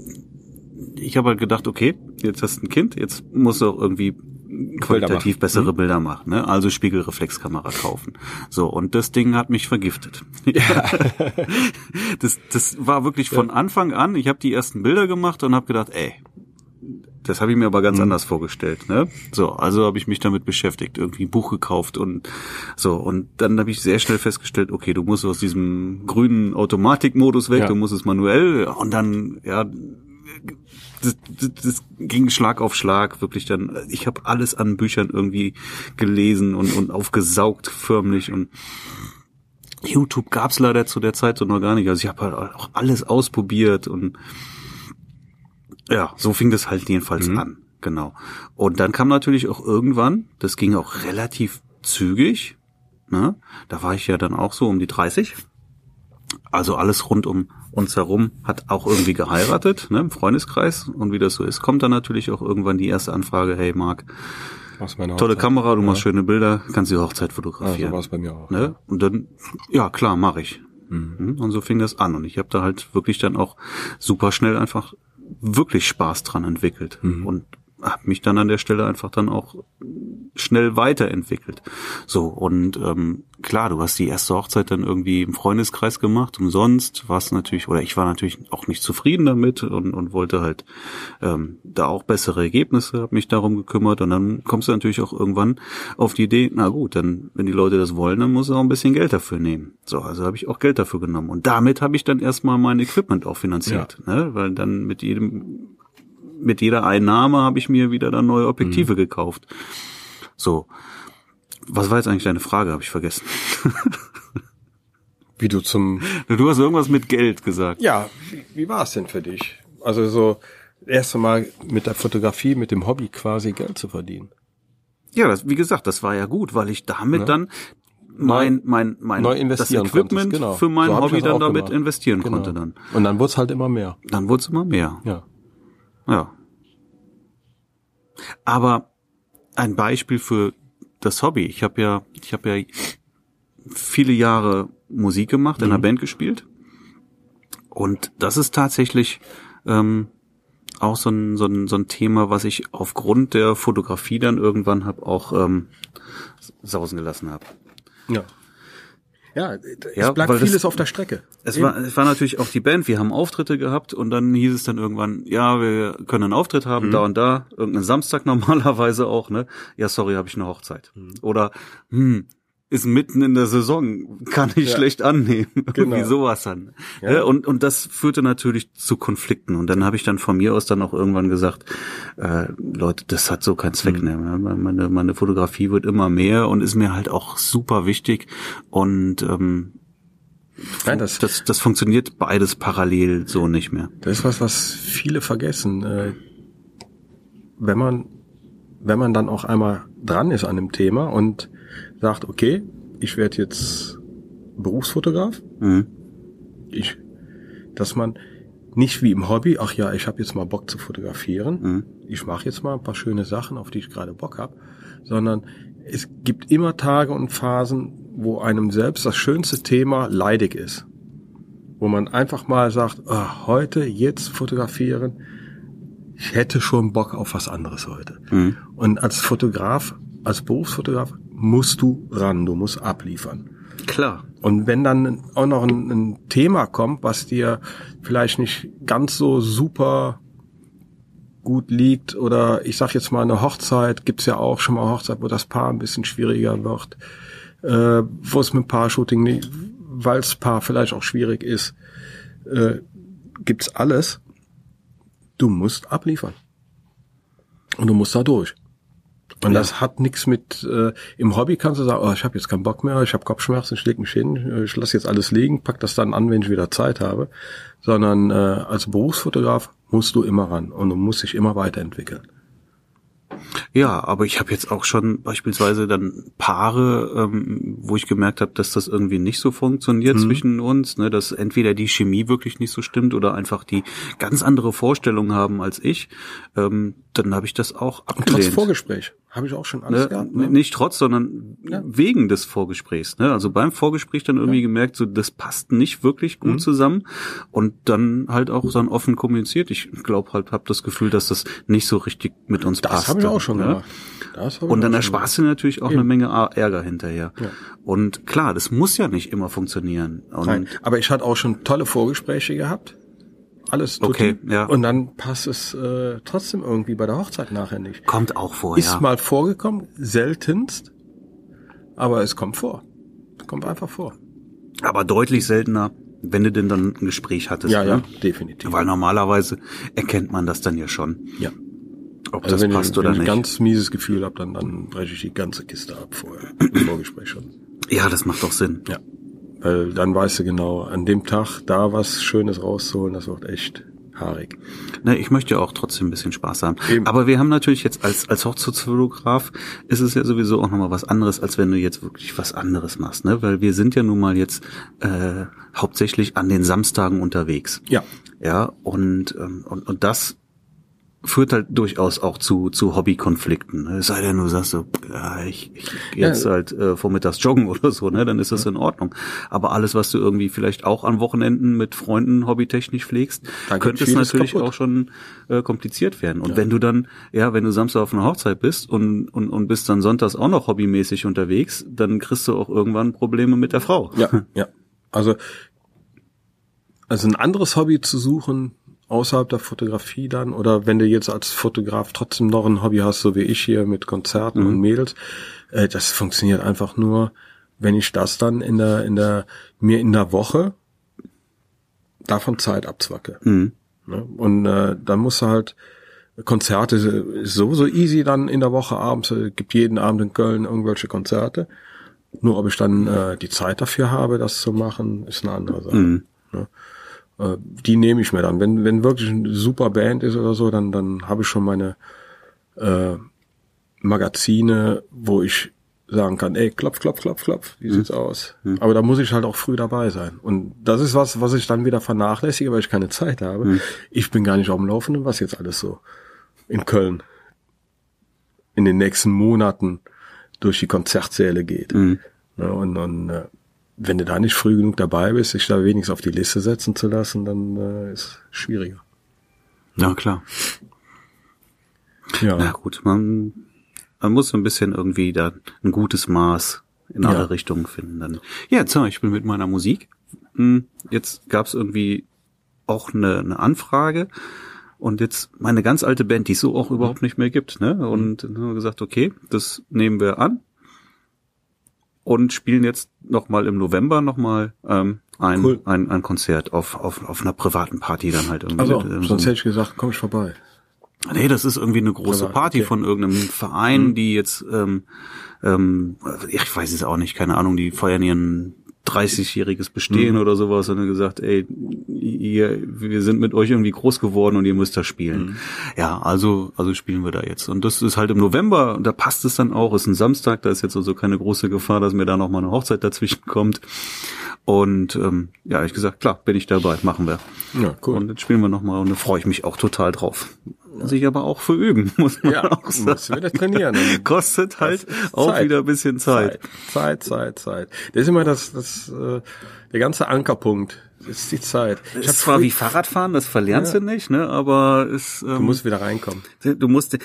ich habe halt gedacht, okay, jetzt hast du ein Kind, jetzt musst du auch irgendwie qualitativ machen. Mhm. bessere Bilder machen, ne? Also Spiegelreflexkamera kaufen. So, und das Ding hat mich [LAUGHS] vergiftet. [LAUGHS] das, das war wirklich von Anfang an, ich habe die ersten Bilder gemacht und habe gedacht, ey, das habe ich mir aber Mhm. ganz anders vorgestellt. Ne? So, also habe ich mich damit beschäftigt, irgendwie ein Buch gekauft und so. Und dann habe ich sehr schnell festgestellt, okay, du musst aus diesem grünen Automatikmodus weg, Ja. du musst es manuell und dann, ja, das, das, das ging Schlag auf Schlag, wirklich dann. Ich habe alles an Büchern irgendwie gelesen und, und aufgesaugt förmlich und YouTube gab's leider zu der Zeit so noch gar nicht. Also ich habe halt auch alles ausprobiert und ja, so fing das halt jedenfalls an. Genau. Und dann kam natürlich auch irgendwann, das ging auch relativ zügig, ne? da war ich ja dann auch so um die 30. Also alles rund um uns herum hat auch irgendwie geheiratet, ne, im Freundeskreis. Und wie das so ist, kommt dann natürlich auch irgendwann die erste Anfrage, hey Marc, Aus meiner tolle Hochzeit. Kamera, du machst schöne Bilder, kannst die Hochzeit Ah, so fotografieren. war es bei mir auch. Ne? Und dann, Ne? ja klar, mache ich. Und so fing das an. Und ich habe da halt wirklich dann auch super schnell einfach wirklich Spaß dran entwickelt. Und habe mich dann an der Stelle einfach dann auch schnell weiterentwickelt. So, und ähm, klar, du hast die erste Hochzeit dann irgendwie im Freundeskreis gemacht, umsonst, warst natürlich, oder ich war natürlich auch nicht zufrieden damit und, und wollte halt ähm, da auch bessere Ergebnisse, habe mich darum gekümmert und dann kommst du natürlich auch irgendwann auf die Idee, na gut, dann, wenn die Leute das wollen, dann muss er auch ein bisschen Geld dafür nehmen. So, also habe ich auch Geld dafür genommen. Und damit habe ich dann erstmal mein Equipment auch finanziert, ne? weil dann mit jedem mit jeder Einnahme habe ich mir wieder dann neue Objektive gekauft. So. Was war jetzt eigentlich deine Frage? Habe ich vergessen. Wie du zum Du hast irgendwas mit Geld gesagt. Ja, wie, wie war es denn für dich? Also so das erste Mal mit der Fotografie, mit dem Hobby quasi Geld zu verdienen. Ja, das, wie gesagt, das war ja gut, weil ich damit dann mein mein mein Ne? Neu investieren das Equipment konntest, genau. für mein So hab ich Hobby das dann auch damit gemacht. investieren Genau. konnte dann. Und dann wurde es halt immer mehr. Dann wurde es immer mehr. Ja. Ja. Aber ein Beispiel für das Hobby. Ich habe ja, ich habe ja viele Jahre Musik gemacht, in einer Band gespielt. Und das ist tatsächlich ähm, auch so ein, so, ein, so ein Thema, was ich aufgrund der Fotografie dann irgendwann habe auch ähm, sausen gelassen habe. Ja. Ja, es Ja, bleibt weil das- vieles auf der Strecke. Es war, es war natürlich auch die Band, wir haben Auftritte gehabt und dann hieß es dann irgendwann, ja, wir können einen Auftritt haben, Mhm. da und da, irgendeinen Samstag [LAUGHS] normalerweise auch, ne? Ja, sorry, habe ich eine Hochzeit. Mhm. Oder, hm, ist mitten in der Saison, kann ich Ja. schlecht annehmen. [LAUGHS] Irgendwie Genau. sowas dann. Ne? Und, und das führte natürlich zu Konflikten. Und dann habe ich dann von mir aus dann auch irgendwann gesagt, äh, Leute, das hat so keinen Mhm. Zweck mehr. Ne? Meine, meine Fotografie wird immer mehr und ist mir halt auch super wichtig. Und ähm, Nein, das, das, das funktioniert beides parallel so nicht mehr. Das ist was, was viele vergessen. Äh, Wenn man, wenn man dann auch einmal dran ist an dem Thema und sagt, okay, ich werde jetzt Berufsfotograf, Mhm. ich, dass man nicht wie im Hobby, ach ja, ich habe jetzt mal Bock zu fotografieren, Mhm. ich mache jetzt mal ein paar schöne Sachen, auf die ich gerade Bock habe, sondern es gibt immer Tage und Phasen, wo einem selbst das schönste Thema leidig ist. Wo man einfach mal sagt, ah, heute, jetzt fotografieren, ich hätte schon Bock auf was anderes heute. Mhm. Und als Fotograf, als Berufsfotograf musst du ran, du musst abliefern. Klar. Und wenn dann auch noch ein, ein Thema kommt, was dir vielleicht nicht ganz so super gut liegt oder ich sag jetzt mal eine Hochzeit, gibt's ja auch schon mal Hochzeit, wo das Paar ein bisschen schwieriger wird, äh, wo es mit dem Paar-Shooting nicht, weil's Paar vielleicht auch schwierig ist, äh, gibt's alles. Du musst abliefern. Und du musst da durch. Und das hat nichts mit, äh, im Hobby kannst du sagen, oh, ich habe jetzt keinen Bock mehr, ich habe Kopfschmerzen, ich leg mich hin, äh, ich lasse jetzt alles liegen, pack das dann an, wenn ich wieder Zeit habe. Sondern äh, als Berufsfotograf musst du immer ran und du musst dich immer weiterentwickeln. Ja, aber ich habe jetzt auch schon beispielsweise dann Paare, ähm, wo ich gemerkt habe, dass das irgendwie nicht so funktioniert Mhm. zwischen uns, ne, dass entweder die Chemie wirklich nicht so stimmt oder einfach die ganz andere Vorstellungen haben als ich. Ähm, dann habe ich das auch Und trotz abgelehnt. Vorgespräch habe ich auch schon alles Ne, gehabt. n- Ne? Nicht trotz, sondern Ja. wegen des Vorgesprächs. Ne? Also beim Vorgespräch dann irgendwie gemerkt, so das passt nicht wirklich Mhm. gut zusammen und dann halt auch dann offen kommuniziert. Ich glaube halt, habe das Gefühl, dass das nicht so richtig mit uns passt. Das habe ich auch schon ne? gemacht. Das hab ich Und dann auch schon ersparst du natürlich auch eine Menge A- Ärger hinterher. Ja. Und klar, das muss ja nicht immer funktionieren. Und Nein, aber ich hatte auch schon tolle Vorgespräche gehabt. Alles tutti. Okay, ja. Und dann passt es äh, trotzdem irgendwie bei der Hochzeit nachher nicht. kommt auch vor, Ist ja. mal vorgekommen, seltenst, aber es kommt vor. Kommt einfach vor. Aber deutlich seltener, wenn du denn dann ein Gespräch hattest. ja, ne? ja, definitiv. Weil normalerweise erkennt man das dann ja schon, ja. ob Also das wenn passt ich, oder wenn nicht. ich ganz mieses Gefühl habe, dann, dann breche ich die ganze Kiste ab vorher, im Vorgespräch schon. Ja, das macht doch Sinn. Ja. Weil dann weißt du genau, an dem Tag da was Schönes rauszuholen, das wird echt haarig. Ne, ich möchte ja auch trotzdem ein bisschen Spaß haben. Eben. Aber wir haben natürlich jetzt als, als Hochzeitsfotograf ist es ja sowieso auch nochmal was anderes, als wenn du jetzt wirklich was anderes machst, ne? Weil wir sind ja nun mal jetzt äh, hauptsächlich an den Samstagen unterwegs. Ja. Ja, und, ähm, und, und das führt halt durchaus auch zu, zu Hobbykonflikten. ne? Es sei denn, du sagst so, ja, ich, ich geh jetzt Ja. halt äh, vormittags joggen [LAUGHS] oder so, ne, dann ist das in Ordnung. Aber alles, was du irgendwie vielleicht auch an Wochenenden mit Freunden hobbytechnisch pflegst, Dann geht könnte es vieles natürlich kaputt. auch schon äh, kompliziert werden. Und wenn du dann, ja, wenn du Samstag auf einer Hochzeit bist und, und, und bist dann sonntags auch noch hobbymäßig unterwegs, dann kriegst du auch irgendwann Probleme mit der Frau. [LAUGHS] Ja, ja. Also, also ein anderes Hobby zu suchen außerhalb der Fotografie dann oder wenn du jetzt als Fotograf trotzdem noch ein Hobby hast, so wie ich hier mit Konzerten und Mädels, äh, das funktioniert einfach nur, wenn ich das dann in der in der mir in der Woche davon Zeit abzwacke. Mhm. Ne? Und äh, dann musst du halt Konzerte äh, ist so so easy dann in der Woche abends äh, gibt jeden Abend in Köln irgendwelche Konzerte. Nur ob ich dann äh, die Zeit dafür habe, das zu machen, ist eine andere Sache. Ne? Äh, die nehme ich mir dann. Wenn wenn wirklich eine super Band ist oder so, dann dann habe ich schon meine äh, Magazine, wo ich sagen kann, ey, klopf, klopf, klopf, Hm. klopf, wie sieht's aus? Aber da muss ich halt auch früh dabei sein. Und das ist was, was ich dann wieder vernachlässige, weil ich keine Zeit habe. Hm. Ich bin gar nicht auf dem Laufenden, was jetzt alles so in Köln in den nächsten Monaten durch die Konzertsäle geht. Hm. Ne, und und äh, wenn du da nicht früh genug dabei bist, dich da wenigstens auf die Liste setzen zu lassen, dann äh, ist schwieriger. Ja, klar. Ja, gut, man, man muss so ein bisschen irgendwie da ein gutes Maß in alle Ja. Richtungen finden. Dann. Ja, zum Beispiel mit meiner Musik. Hm, Jetzt gab's irgendwie auch eine, eine Anfrage und jetzt meine ganz alte Band, die es so auch überhaupt nicht mehr gibt. Mhm. Ne? Und dann haben wir gesagt, okay, das nehmen wir an und spielen jetzt nochmal im November nochmal ähm, ein, Cool. ein, ein Konzert auf, auf, auf einer privaten Party dann halt irgendwie. Also, mit, ähm, so sonst hätte ich gesagt, komm ich vorbei. Nee, das ist irgendwie eine große Aber, Party okay. Mhm. von irgendeinem Verein, die jetzt, ähm, ähm, ich weiß es auch nicht, keine Ahnung, die feiern ihren 30-jähriges Bestehen Mhm. oder sowas und dann gesagt, ey, ihr, wir sind mit euch irgendwie groß geworden und ihr müsst da spielen. Mhm. Ja, also, also spielen wir da jetzt. Und das ist halt im November, und da passt es dann auch, ist ein Samstag, da ist jetzt also keine große Gefahr, dass mir da nochmal eine Hochzeit dazwischen kommt. Und ähm, ja, ich gesagt, klar, bin ich dabei, machen wir. Ja, cool. Und jetzt spielen wir nochmal und da freue ich mich auch total drauf. Muss ich aber auch für üben, [LAUGHS] muss man Ja, auch sagen. musst wieder [LAUGHS] trainieren. Dann Kostet halt ist auch Zeit. wieder ein bisschen Zeit. Zeit, Zeit, Zeit. Das ist immer das, das, äh, der ganze Ankerpunkt. Das ist die Zeit. Ich hab Ist zwar früh- wie Fahrradfahren, das verlernst du nicht, ne? Aber es, ähm, Du musst wieder reinkommen. du musst,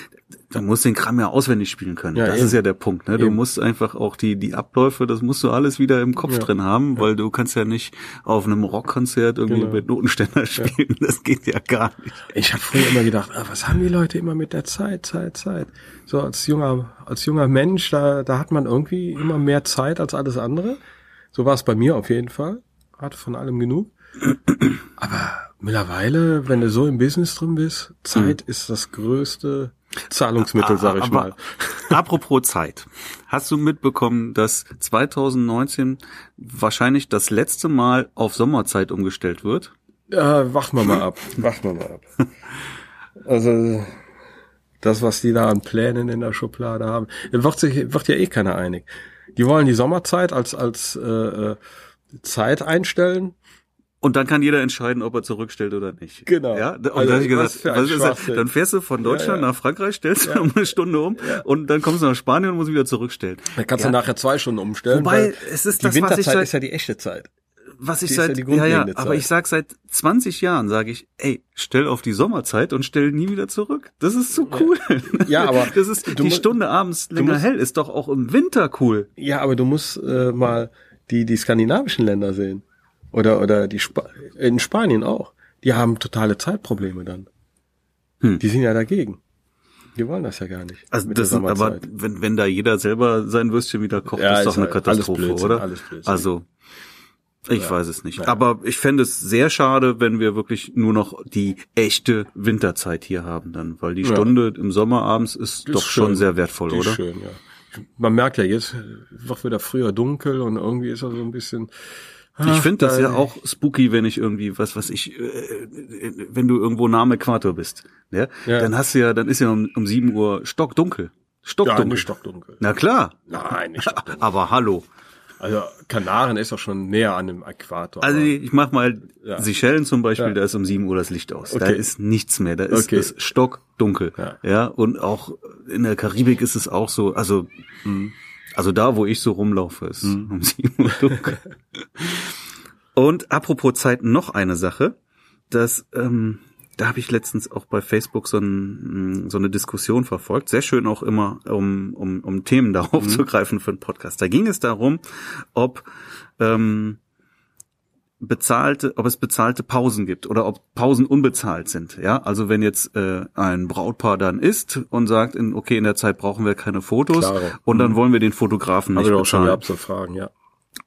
du musst den Kram ja auswendig spielen können. Ja, das eben. ist ja der Punkt. Ne? Du Eben. musst einfach auch die die Abläufe, das musst du alles wieder im Kopf drin haben, weil du kannst ja nicht auf einem Rockkonzert irgendwie Genau. mit Notenständer spielen. Das geht ja gar nicht. Ich habe früher immer gedacht, ah, was haben die Leute immer mit der Zeit, Zeit, Zeit. So als junger, als junger Mensch, da, da hat man irgendwie immer mehr Zeit als alles andere. So war es bei mir auf jeden Fall. Hatte von allem genug. Aber mittlerweile, wenn du so im Business drin bist, Zeit ist das größte Zahlungsmittel, sag ich Hm. Ah, Aber mal. [LAUGHS] Apropos Zeit. Hast du mitbekommen, dass 2019 wahrscheinlich das letzte Mal auf Sommerzeit umgestellt wird? Ja, warten wir mal [LAUGHS] ab. Warten wir mal ab. Also, das, was die da an Plänen in der Schublade haben, da wird, sich, wird ja eh keiner einig. Die wollen die Sommerzeit als, als äh, äh, Zeit einstellen. Und dann kann jeder entscheiden, ob er zurückstellt oder nicht. Genau. Ja, und Also, dann, hab ich gesagt, was für ein was ist das? Schwachsinn. dann fährst du von Deutschland ja. nach Frankreich, stellst du um eine Stunde um und dann kommst du nach Spanien und musst wieder zurückstellen. Da kannst Ja. du nachher zwei Stunden umstellen. Wobei, weil es ist die das, was ich Winterzeit seit- ist ja die echte Zeit. Was ich Die ist ja seit die ja, ja, grundlegende aber Zeit. ich sag seit 20 Jahren sage ich, ey, stell auf die Sommerzeit und stell nie wieder zurück. Das ist so cool. [LAUGHS] Ja, aber das ist du die mu- Stunde abends länger musst- hell ist doch auch im Winter cool. Ja, aber du musst äh, mal die, die skandinavischen Länder sehen. Oder, oder die Spa in Spanien auch. Die haben totale Zeitprobleme dann. Hm. Die sind ja dagegen. Die wollen das ja gar nicht. Also mit das der sind, aber Sommerzeit. wenn, wenn da jeder selber sein Würstchen wieder kocht, Ja, ist ist doch eine halt alles Katastrophe, Blödsinn, oder? alles Blödsinn. also ich Ja. weiß es nicht. Ja. Aber ich fände es sehr schade, wenn wir wirklich nur noch die echte Winterzeit hier haben dann, weil die Ja. Stunde im Sommer abends ist, Ist doch schon schön. sehr wertvoll, Die ist oder? Schön, ja. Man merkt ja jetzt, wird wieder früher dunkel und irgendwie ist er so ein bisschen. Ich finde das Ach, ja da- auch spooky, wenn ich irgendwie, was was ich, äh, wenn du irgendwo nah am Äquator bist, ne? Ja. dann hast du ja, dann ist ja um, um 7 Uhr stockdunkel. Stockdunkel. Ja, nicht stockdunkel. Na klar, Nein, nicht stockdunkel. aber hallo. Also Kanaren ist doch schon näher an dem Äquator. Also aber- ich mach mal Ja. Seychellen zum Beispiel, Ja. da ist um 7 Uhr das Licht aus. Da Okay. ist nichts mehr, da ist Okay. es stockdunkel. Ja. Ja. und auch in der Karibik ist es auch so, also hm, also da, wo ich so rumlaufe, ist um [LAUGHS] 7 Uhr dunkel. und apropos Zeit, noch eine Sache, dass ähm, da habe ich letztens auch bei Facebook so, ein, so eine Diskussion verfolgt. Sehr schön auch immer, um, um, um Themen da [LAUGHS] aufzugreifen für einen Podcast. Da ging es darum, ob ähm, bezahlte, ob es bezahlte Pausen gibt oder ob Pausen unbezahlt sind. Ja, also wenn jetzt äh, ein Brautpaar dann ist und sagt, in, okay, in der Zeit brauchen wir keine Fotos Klaro. und dann wollen wir den Fotografen Habe nicht Hm. ich auch schon bezahlen. gehabt zu fragen, ja.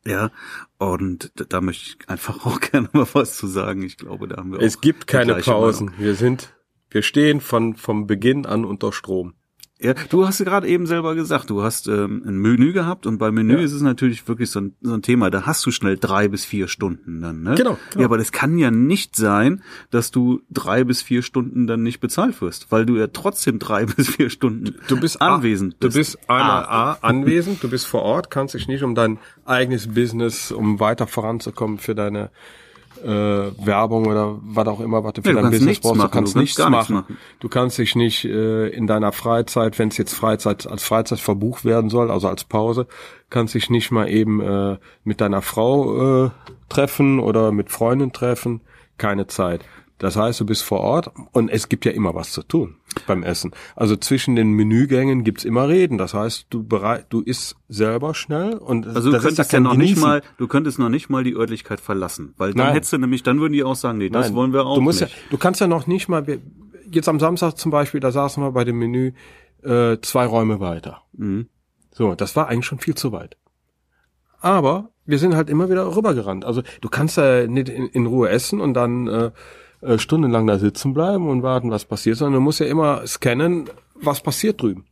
Ja, und d- da möchte ich einfach [LAUGHS] auch gerne mal was zu sagen. Ich glaube, da haben wir Es auch gibt die keine gleiche Pausen. Wir sind, wir stehen von, vom Beginn an unter Strom. Ja, du hast gerade eben selber gesagt, du hast ähm, ein Menü gehabt und beim Menü Ja. ist es natürlich wirklich so ein, so ein Thema. Da hast du schnell drei bis vier Stunden dann, ne? Genau, genau. Ja, aber das kann ja nicht sein, dass du drei bis vier Stunden dann nicht bezahlt wirst, weil du ja trotzdem drei [LAUGHS] bis vier Stunden Du bist A- anwesend Ah, Du bist. Ah, bist einer A, anwesend, du bist vor Ort, kannst dich nicht um dein eigenes Business, um weiter voranzukommen für deine äh, Werbung oder was auch immer, was du für Ja, du dein kannst Business nichts brauchst. machen, du kannst du kannst nichts gar nichts machen. machen. Du kannst dich nicht äh, in deiner Freizeit, wenn es jetzt Freizeit als Freizeit verbucht werden soll, also als Pause, kannst dich nicht mal eben äh, mit deiner Frau äh, treffen oder mit Freunden treffen. Keine Zeit. Das heißt, du bist vor Ort und es gibt ja immer was zu tun beim Essen. Also zwischen den Menügängen gibt's immer Reden. Das heißt, du bereit, du isst selber schnell und Also du das könntest ja kein noch nicht Genießen. mal, du könntest noch nicht mal die Örtlichkeit verlassen, weil dann Nein. hättest du nämlich, dann würden die auch sagen, nee, das Nein, wollen wir auch du musst nicht. Ja, du kannst ja noch nicht mal, wir- jetzt am Samstag zum Beispiel, da saßen wir bei dem Menü äh, zwei Räume weiter. Mhm. So, das war eigentlich schon viel zu weit. Aber wir sind halt immer wieder rübergerannt. Also du kannst ja nicht in, in Ruhe essen und dann äh, äh, stundenlang da sitzen bleiben und warten, was passiert, sondern du musst ja immer scannen, was passiert drüben.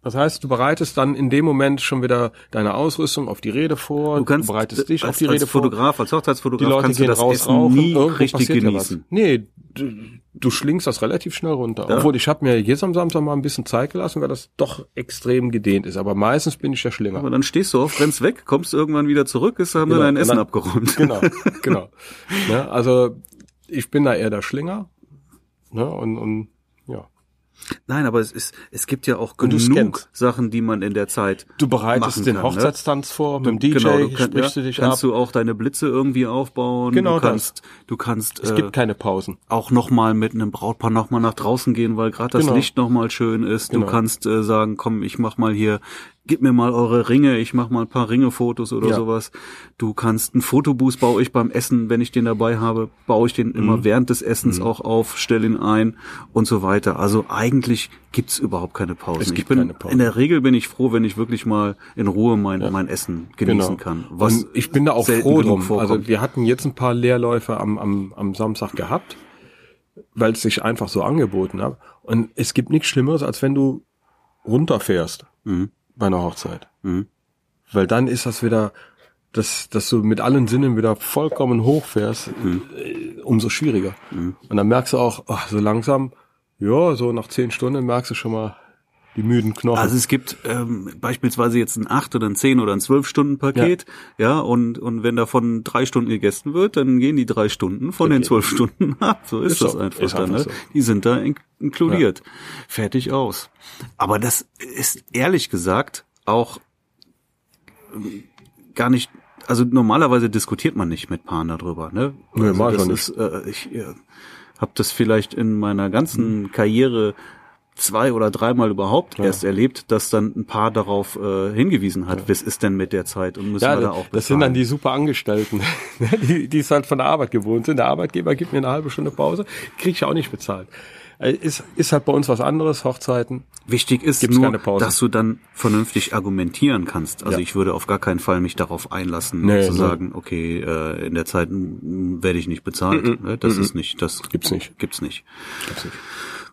Das heißt, du bereitest dann in dem Moment schon wieder deine Ausrüstung auf die Rede vor, Du kannst du bereitest dich als, auf die als Rede vor. Fotograf, als Die Hochzeitsfotograf Leute kannst du gehen das raus Essen rauchen, nie irgendwo richtig passiert ja genießen. was. Nee, du, du schlingst das relativ schnell runter. Obwohl ich habe mir jetzt am Samstag mal ein bisschen Zeit gelassen, weil das doch extrem gedehnt ist. Aber meistens bin ich ja schlimmer. Aber dann stehst du auf, rennst weg, kommst irgendwann wieder zurück, ist, haben wir Genau. dein Essen Na- abgeräumt. [LAUGHS] genau, genau. Ne, also ich bin da eher der Schlinger. Ne, und, und ja. [LAUGHS] Nein, aber es ist, es gibt ja auch du genug scannst. Sachen, die man in der Zeit Du machen bereitest den kann, Hochzeitstanz vor, mit dem ne? DJ genau, du kann, sprichst ja, ne? du dich ab. kannst du auch deine Blitze irgendwie aufbauen. Genau du das. kannst, du kannst äh, es gibt keine Pausen. auch nochmal mit einem Brautpaar nochmal nach draußen gehen, weil gerade das Genau. Licht nochmal schön ist. Genau. Du kannst äh, sagen, komm, ich mach mal hier, gib mir mal eure Ringe, ich mach mal ein paar Ringefotos oder Ja. sowas. Du kannst einen Fotobooth baue ich beim Essen, wenn ich den dabei habe, baue ich den Mhm. immer während des Essens auch auf, stell ihn ein und so weiter. Also eigentlich gibt's überhaupt keine Pausen. Es ich gibt bin keine Pausen. in der Regel bin ich froh, wenn ich wirklich mal in Ruhe mein, mein Essen genießen kann. Was Genau. und ich bin da auch selten froh genug drum. vorkommt. Also wir hatten jetzt ein paar Leerläufe am, am, am Samstag gehabt, weil es sich einfach so angeboten hat. Und es gibt nichts Schlimmeres, als wenn du runterfährst Mhm. bei einer Hochzeit. Weil dann ist das wieder, dass, dass du mit allen Sinnen wieder vollkommen hochfährst, Mhm. äh, umso schwieriger. Und dann merkst du auch, ach, so langsam, ja, so nach zehn Stunden merkst du schon mal die müden Knochen. Also es gibt ähm, beispielsweise jetzt ein 8 oder ein 10 oder ein 12 Stunden Paket, ja, und und wenn davon drei Stunden gegessen wird, dann gehen die drei Stunden von den zwölf Stunden [LAUGHS] ab. So ist, Ist das so, einfach, ist dann, einfach ne? so. Die sind da in inkludiert. Fertig aus. Aber das ist ehrlich gesagt auch ähm, gar nicht also normalerweise diskutiert man nicht mit Paaren darüber, ne? Nö, also mach ich das auch ist, äh, ich äh, habe das vielleicht in meiner ganzen Karriere zwei oder dreimal überhaupt erst erlebt, dass dann ein Paar darauf äh, hingewiesen hat, was ist denn mit der Zeit und müssen wir da auch bezahlen. das sind dann die super [LAUGHS] Angestellten, die, die es halt von der Arbeit gewohnt sind. Der Arbeitgeber gibt mir eine halbe Stunde Pause, kriege ich auch nicht bezahlt. Äh, Ist, ist halt bei uns was anderes, Hochzeiten. Wichtig ist Gibt's nur, keine Pause. dass du dann vernünftig argumentieren kannst. Also Ja. ich würde auf gar keinen Fall mich darauf einlassen, Nee, zu nee. sagen, okay, äh, in der Zeit mm, werde ich nicht bezahlt. Ne, Das ist nicht, das Gibt's nicht. Gibt's nicht.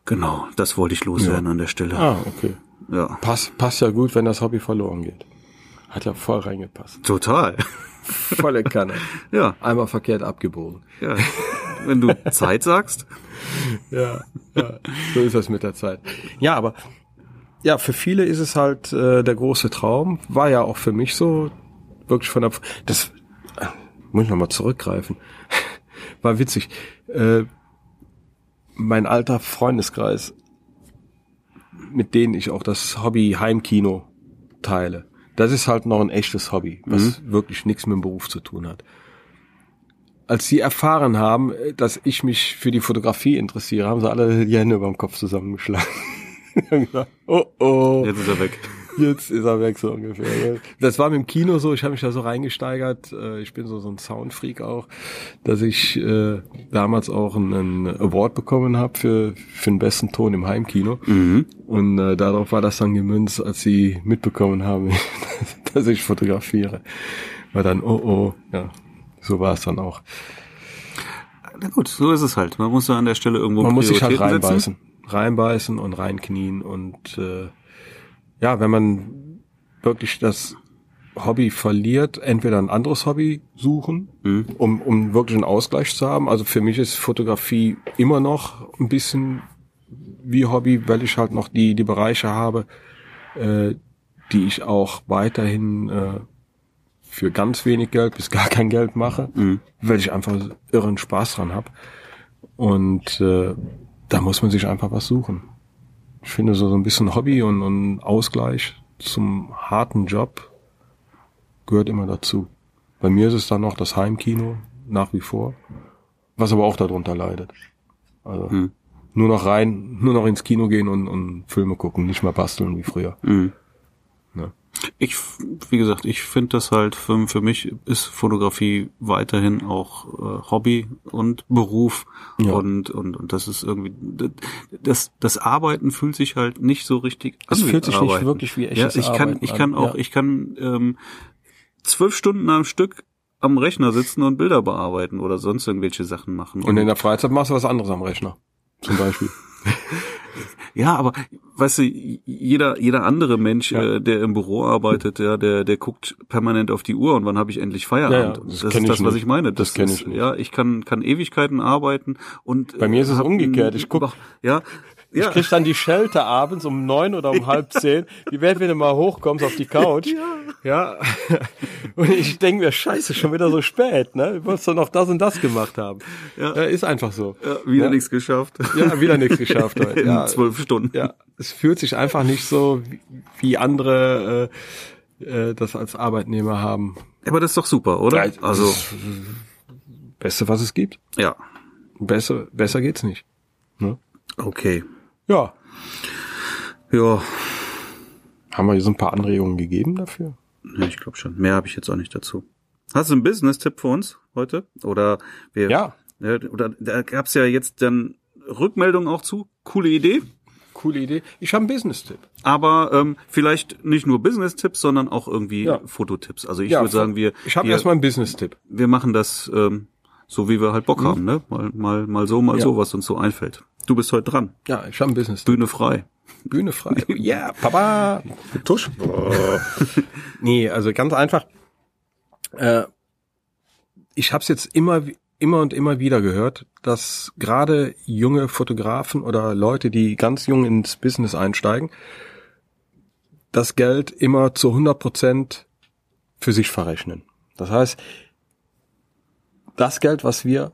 Genau, das wollte ich loswerden an der Stelle. Ah, okay. Ja, Passt, passt ja gut, wenn das Hobby verloren geht. Hat ja voll reingepasst. total. [LAUGHS] Volle Kanne. Ja, Einmal verkehrt abgebogen. ja. Wenn [LAUGHS] du Zeit sagst, ja, ja, so ist das mit der Zeit. Ja, aber ja, für viele ist es halt äh, der große Traum. War ja auch für mich so. wirklich von der, Pf- das, äh, muss ich nochmal zurückgreifen. [LAUGHS] War witzig. Äh, mein alter Freundeskreis, mit denen ich auch das Hobby Heimkino teile, das ist halt noch ein echtes Hobby, was wirklich nichts mit dem Beruf zu tun hat. Als sie erfahren haben, äh, dass ich mich für die Fotografie interessiere, haben sie alle die Hände über dem Kopf zusammengeschlagen. [LAUGHS] Haben gesagt, oh oh. Jetzt ist er weg. Jetzt ist er weg, so ungefähr. gell? Das war mit dem Kino so, ich habe mich da so reingesteigert. Äh, Ich bin so, so ein Soundfreak auch, dass ich äh, damals auch einen Award bekommen habe für, für den besten Ton im Heimkino. Und äh, darauf war das dann gemünzt, als sie mitbekommen haben, [LAUGHS] dass ich fotografiere. War dann, oh oh, ja, so war es dann auch. Na gut, so ist es halt. Man muss da an der Stelle irgendwo Man muss sich halt Prioritäten setzen. reinbeißen. Reinbeißen und reinknien und äh, ja, wenn man wirklich das Hobby verliert, entweder ein anderes Hobby suchen, Mhm. um, um wirklich einen Ausgleich zu haben. Also für mich ist Fotografie immer noch ein bisschen wie Hobby, weil ich halt noch die, die Bereiche habe, äh, die ich auch weiterhin äh, für ganz wenig Geld bis gar kein Geld mache, Mhm. weil ich einfach irren Spaß dran habe. Und äh, da muss man sich einfach was suchen. Ich finde so, so ein bisschen Hobby und, und Ausgleich zum harten Job gehört immer dazu. Bei mir ist es dann noch das Heimkino nach wie vor, was aber auch darunter leidet. Also Mhm. nur noch rein, nur noch ins Kino gehen und, und Filme gucken, nicht mehr basteln wie früher. Mhm. Ich, f- wie gesagt, ich finde das halt, für, für mich ist Fotografie weiterhin auch äh, Hobby und Beruf. Ja. Und, und, und das ist irgendwie, das, das Arbeiten fühlt sich halt nicht so richtig an. Es wie fühlt sich nicht Also Arbeiten. wirklich wie echtes ja, ich kann, Arbeiten ich an, kann auch, ja. ich kann ähm, zwölf Stunden am Stück am Rechner sitzen und Bilder bearbeiten oder sonst irgendwelche Sachen machen. Und in der Freizeit machst du was anderes am Rechner. Zum Beispiel. Ja, aber weißt du, jeder jeder andere Mensch, Ja. äh, der im Büro arbeitet, ja, der der guckt permanent auf die Uhr und wann habe ich endlich Feierabend? Ja, ja, das das kenn ist ich das, was nicht. ich meine. Das kenn ist- ich nicht. Ja, ich kann kann Ewigkeiten arbeiten und äh, Bei mir ist es umgekehrt. Ich guck- guck. ja. Ich Ja, krieg dann die Schelte abends um neun oder um halb zehn. Die werden, wenn du mal hochkommst auf die Couch. Ja. [LAUGHS] Und ich denke mir, scheiße, schon wieder so spät, ne? Du wolltest doch noch das und das gemacht haben. Ja. ist einfach so. [LAUGHS] ja, wieder ja. nichts geschafft. [LAUGHS] Ja, wieder nichts geschafft heute. In Ja. zwölf Stunden. Ja, es fühlt sich einfach nicht so, wie- wie andere äh, äh, das als Arbeitnehmer haben. Aber das ist doch super, oder? Ja, das also ist- Beste, was es gibt. ja, Besser, besser geht's nicht. ne? okay, Ja. ja, Haben wir hier so ein paar Anregungen gegeben dafür? nee, ich glaube schon. Mehr habe ich jetzt auch nicht dazu. Hast du einen Business-Tipp für uns heute? Oder wir Ja. Ja, oder da gab's ja jetzt dann Rückmeldungen auch zu. Coole Idee. Coole Idee. Ich habe einen Business-Tipp. Aber ähm, vielleicht nicht nur Business-Tipps, sondern auch irgendwie Ja. Fototipps. Also ich Ja, würde sagen, wir, Ich habe wir, erstmal einen Business-Tipp. wir machen das ähm, so, wie wir halt Bock haben. Ne? Mal, mal, mal so, mal Mhm. Ja. so, was uns so einfällt. Du bist heute dran. Ja, ich habe einen Business-Tipp. Bühne frei. Bühne frei. Ja, Papa. Tusch. [LAUGHS] nee, also ganz einfach. Äh, ich habe es jetzt immer, immer und immer wieder gehört, dass gerade junge Fotografen oder Leute, die ganz jung ins Business einsteigen, das Geld immer zu 100 Prozent für sich verrechnen. Das heißt, das Geld, was wir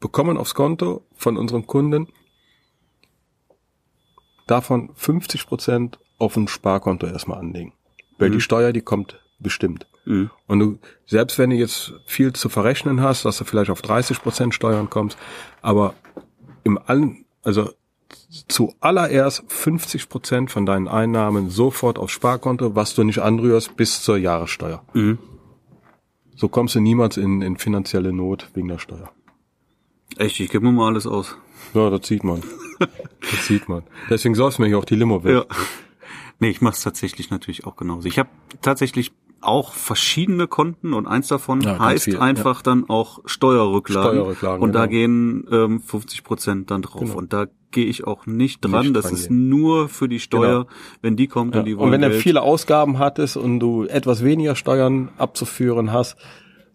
bekommen aufs Konto von unseren Kunden, davon 50 Prozent auf ein Sparkonto erstmal anlegen. Weil die Steuer, die kommt bestimmt. Und du, selbst wenn du jetzt viel zu verrechnen hast, dass du vielleicht auf 30 Prozent Steuern kommst, aber im allen, also zuallererst 50 Prozent von deinen Einnahmen sofort aufs Sparkonto, was du nicht anrührst bis zur Jahressteuer. So kommst du niemals in, in finanzielle Not wegen der Steuer. Echt, ich gebe mir mal alles aus. Ja, das sieht man. Das sieht man. Deswegen säuft mir hier auch die [LAUGHS] Limo weg. Ja. Nee, ich mache es tatsächlich natürlich auch genauso. Ich habe tatsächlich auch verschiedene Konten und eins davon Ja, ganz heißt viel, einfach dann auch Steuerrücklagen. Steuerrücklagen, und da genau. gehen ähm, 50 Prozent dann drauf. Und da gehe ich auch nicht dran. Nicht das dran ist gehen. Genau. nur für die Steuer, wenn die kommt und die wollen. Und wenn du Geld. viele [CLEARS THROAT] Ausgaben hattest und du etwas weniger Steuern abzuführen hast,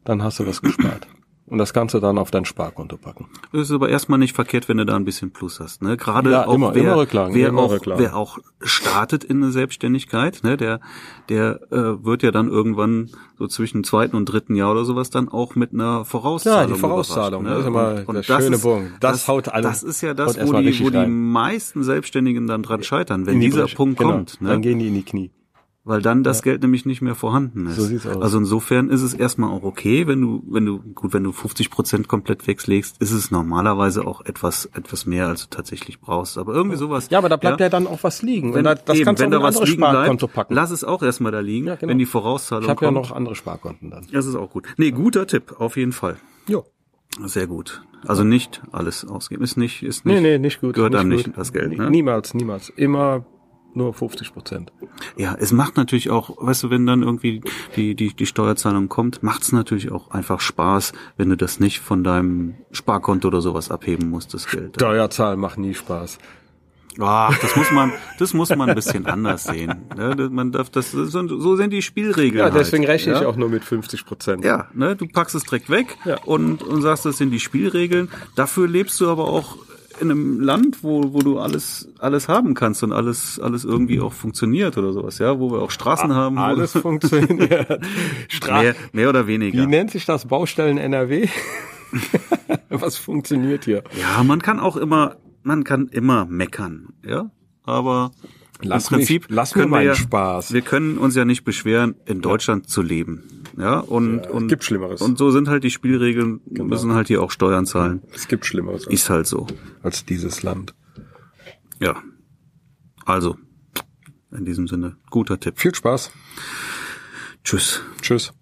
dann hast du was gespart. und das Ganze dann auf dein Sparkonto packen. Das ist aber erstmal nicht verkehrt, wenn du da ein bisschen Plus hast. Ne? Gerade Ja, auch immer- wer, immer Rücklagen, wer, immer auch, Rücklagen. wer auch startet in eine Selbstständigkeit, ne? der, der äh, wird ja dann irgendwann so zwischen zweiten und dritten Jahr oder sowas dann auch mit einer Vorauszahlung. Ja, die Vorauszahlung, überrascht, ne? das ist immer der schöne Bogen. Das haut alle- Das ist ja haut das, wo erstmal die, richtig wo die rein. meisten Selbstständigen dann dran scheitern, wenn In die dieser Bresche. Punkt genau, kommt. Ne? Dann gehen die in die Knie. weil dann das Geld nämlich nicht mehr vorhanden ist. So sieht's aus. Also insofern ist es erstmal auch okay, wenn du, wenn du, gut, wenn du 50 Prozent komplett weglegst, ist es normalerweise auch etwas, etwas mehr, als du tatsächlich brauchst. Aber irgendwie sowas. Ja, aber da bleibt ja, dann auch was liegen. wenn, und da, das eben, kannst du wenn da auch in ein was anderes liegen Sparkonto bleibt, packen. lass es auch erstmal da liegen, Ja, genau. wenn die Vorauszahlung ich habe ja kommt. noch andere Sparkonten dann. das ist auch gut. Nee, guter Tipp, auf jeden Fall. Jo. Sehr gut. Also nicht alles ausgeben, ist nicht, ist nicht. Nee, nee, nicht gut. Gehört einem gut. nicht das Geld, Nie- ne? Niemals, niemals. Immer nur 50 Prozent. Ja, es macht natürlich auch, weißt du, wenn dann irgendwie die, die, die Steuerzahlung kommt, macht's natürlich auch einfach Spaß, wenn du das nicht von deinem Sparkonto oder sowas abheben musst, das Geld. Steuerzahlen macht nie Spaß. Ach, das muss man, das muss man ein bisschen anders sehen. Ja, das- man darf das, so, so sind die Spielregeln. Ja, deswegen halt, rechne ja? ich auch nur mit 50 Prozent. Ja, ne, du packst es direkt weg Ja. und, und sagst, das sind die Spielregeln. Dafür lebst du aber auch in einem Land, wo, wo du alles, alles haben kannst und alles, alles irgendwie auch funktioniert oder sowas, ja, wo wir auch Straßen haben. wo- Ah, Alles funktioniert. Stra Mehr, mehr oder Wie weniger. nennt sich das? Baustellen NRW? [LAUGHS] Was funktioniert hier? Ja, man kann auch immer, man kann immer meckern, ja. Aber Lass im Prinzip mich- lass mir können wir meinen ja, Spaß. Wir können uns ja nicht beschweren, in Deutschland zu leben, ja. Und es und gibt Schlimmeres. Genau. Und so sind halt die Spielregeln. Müssen halt hier auch Steuern zahlen. Es gibt Schlimmeres als, Ist halt so. als dieses Land. Ja. Also in diesem Sinne, guter Tipp. Viel Spaß. Tschüss. Tschüss.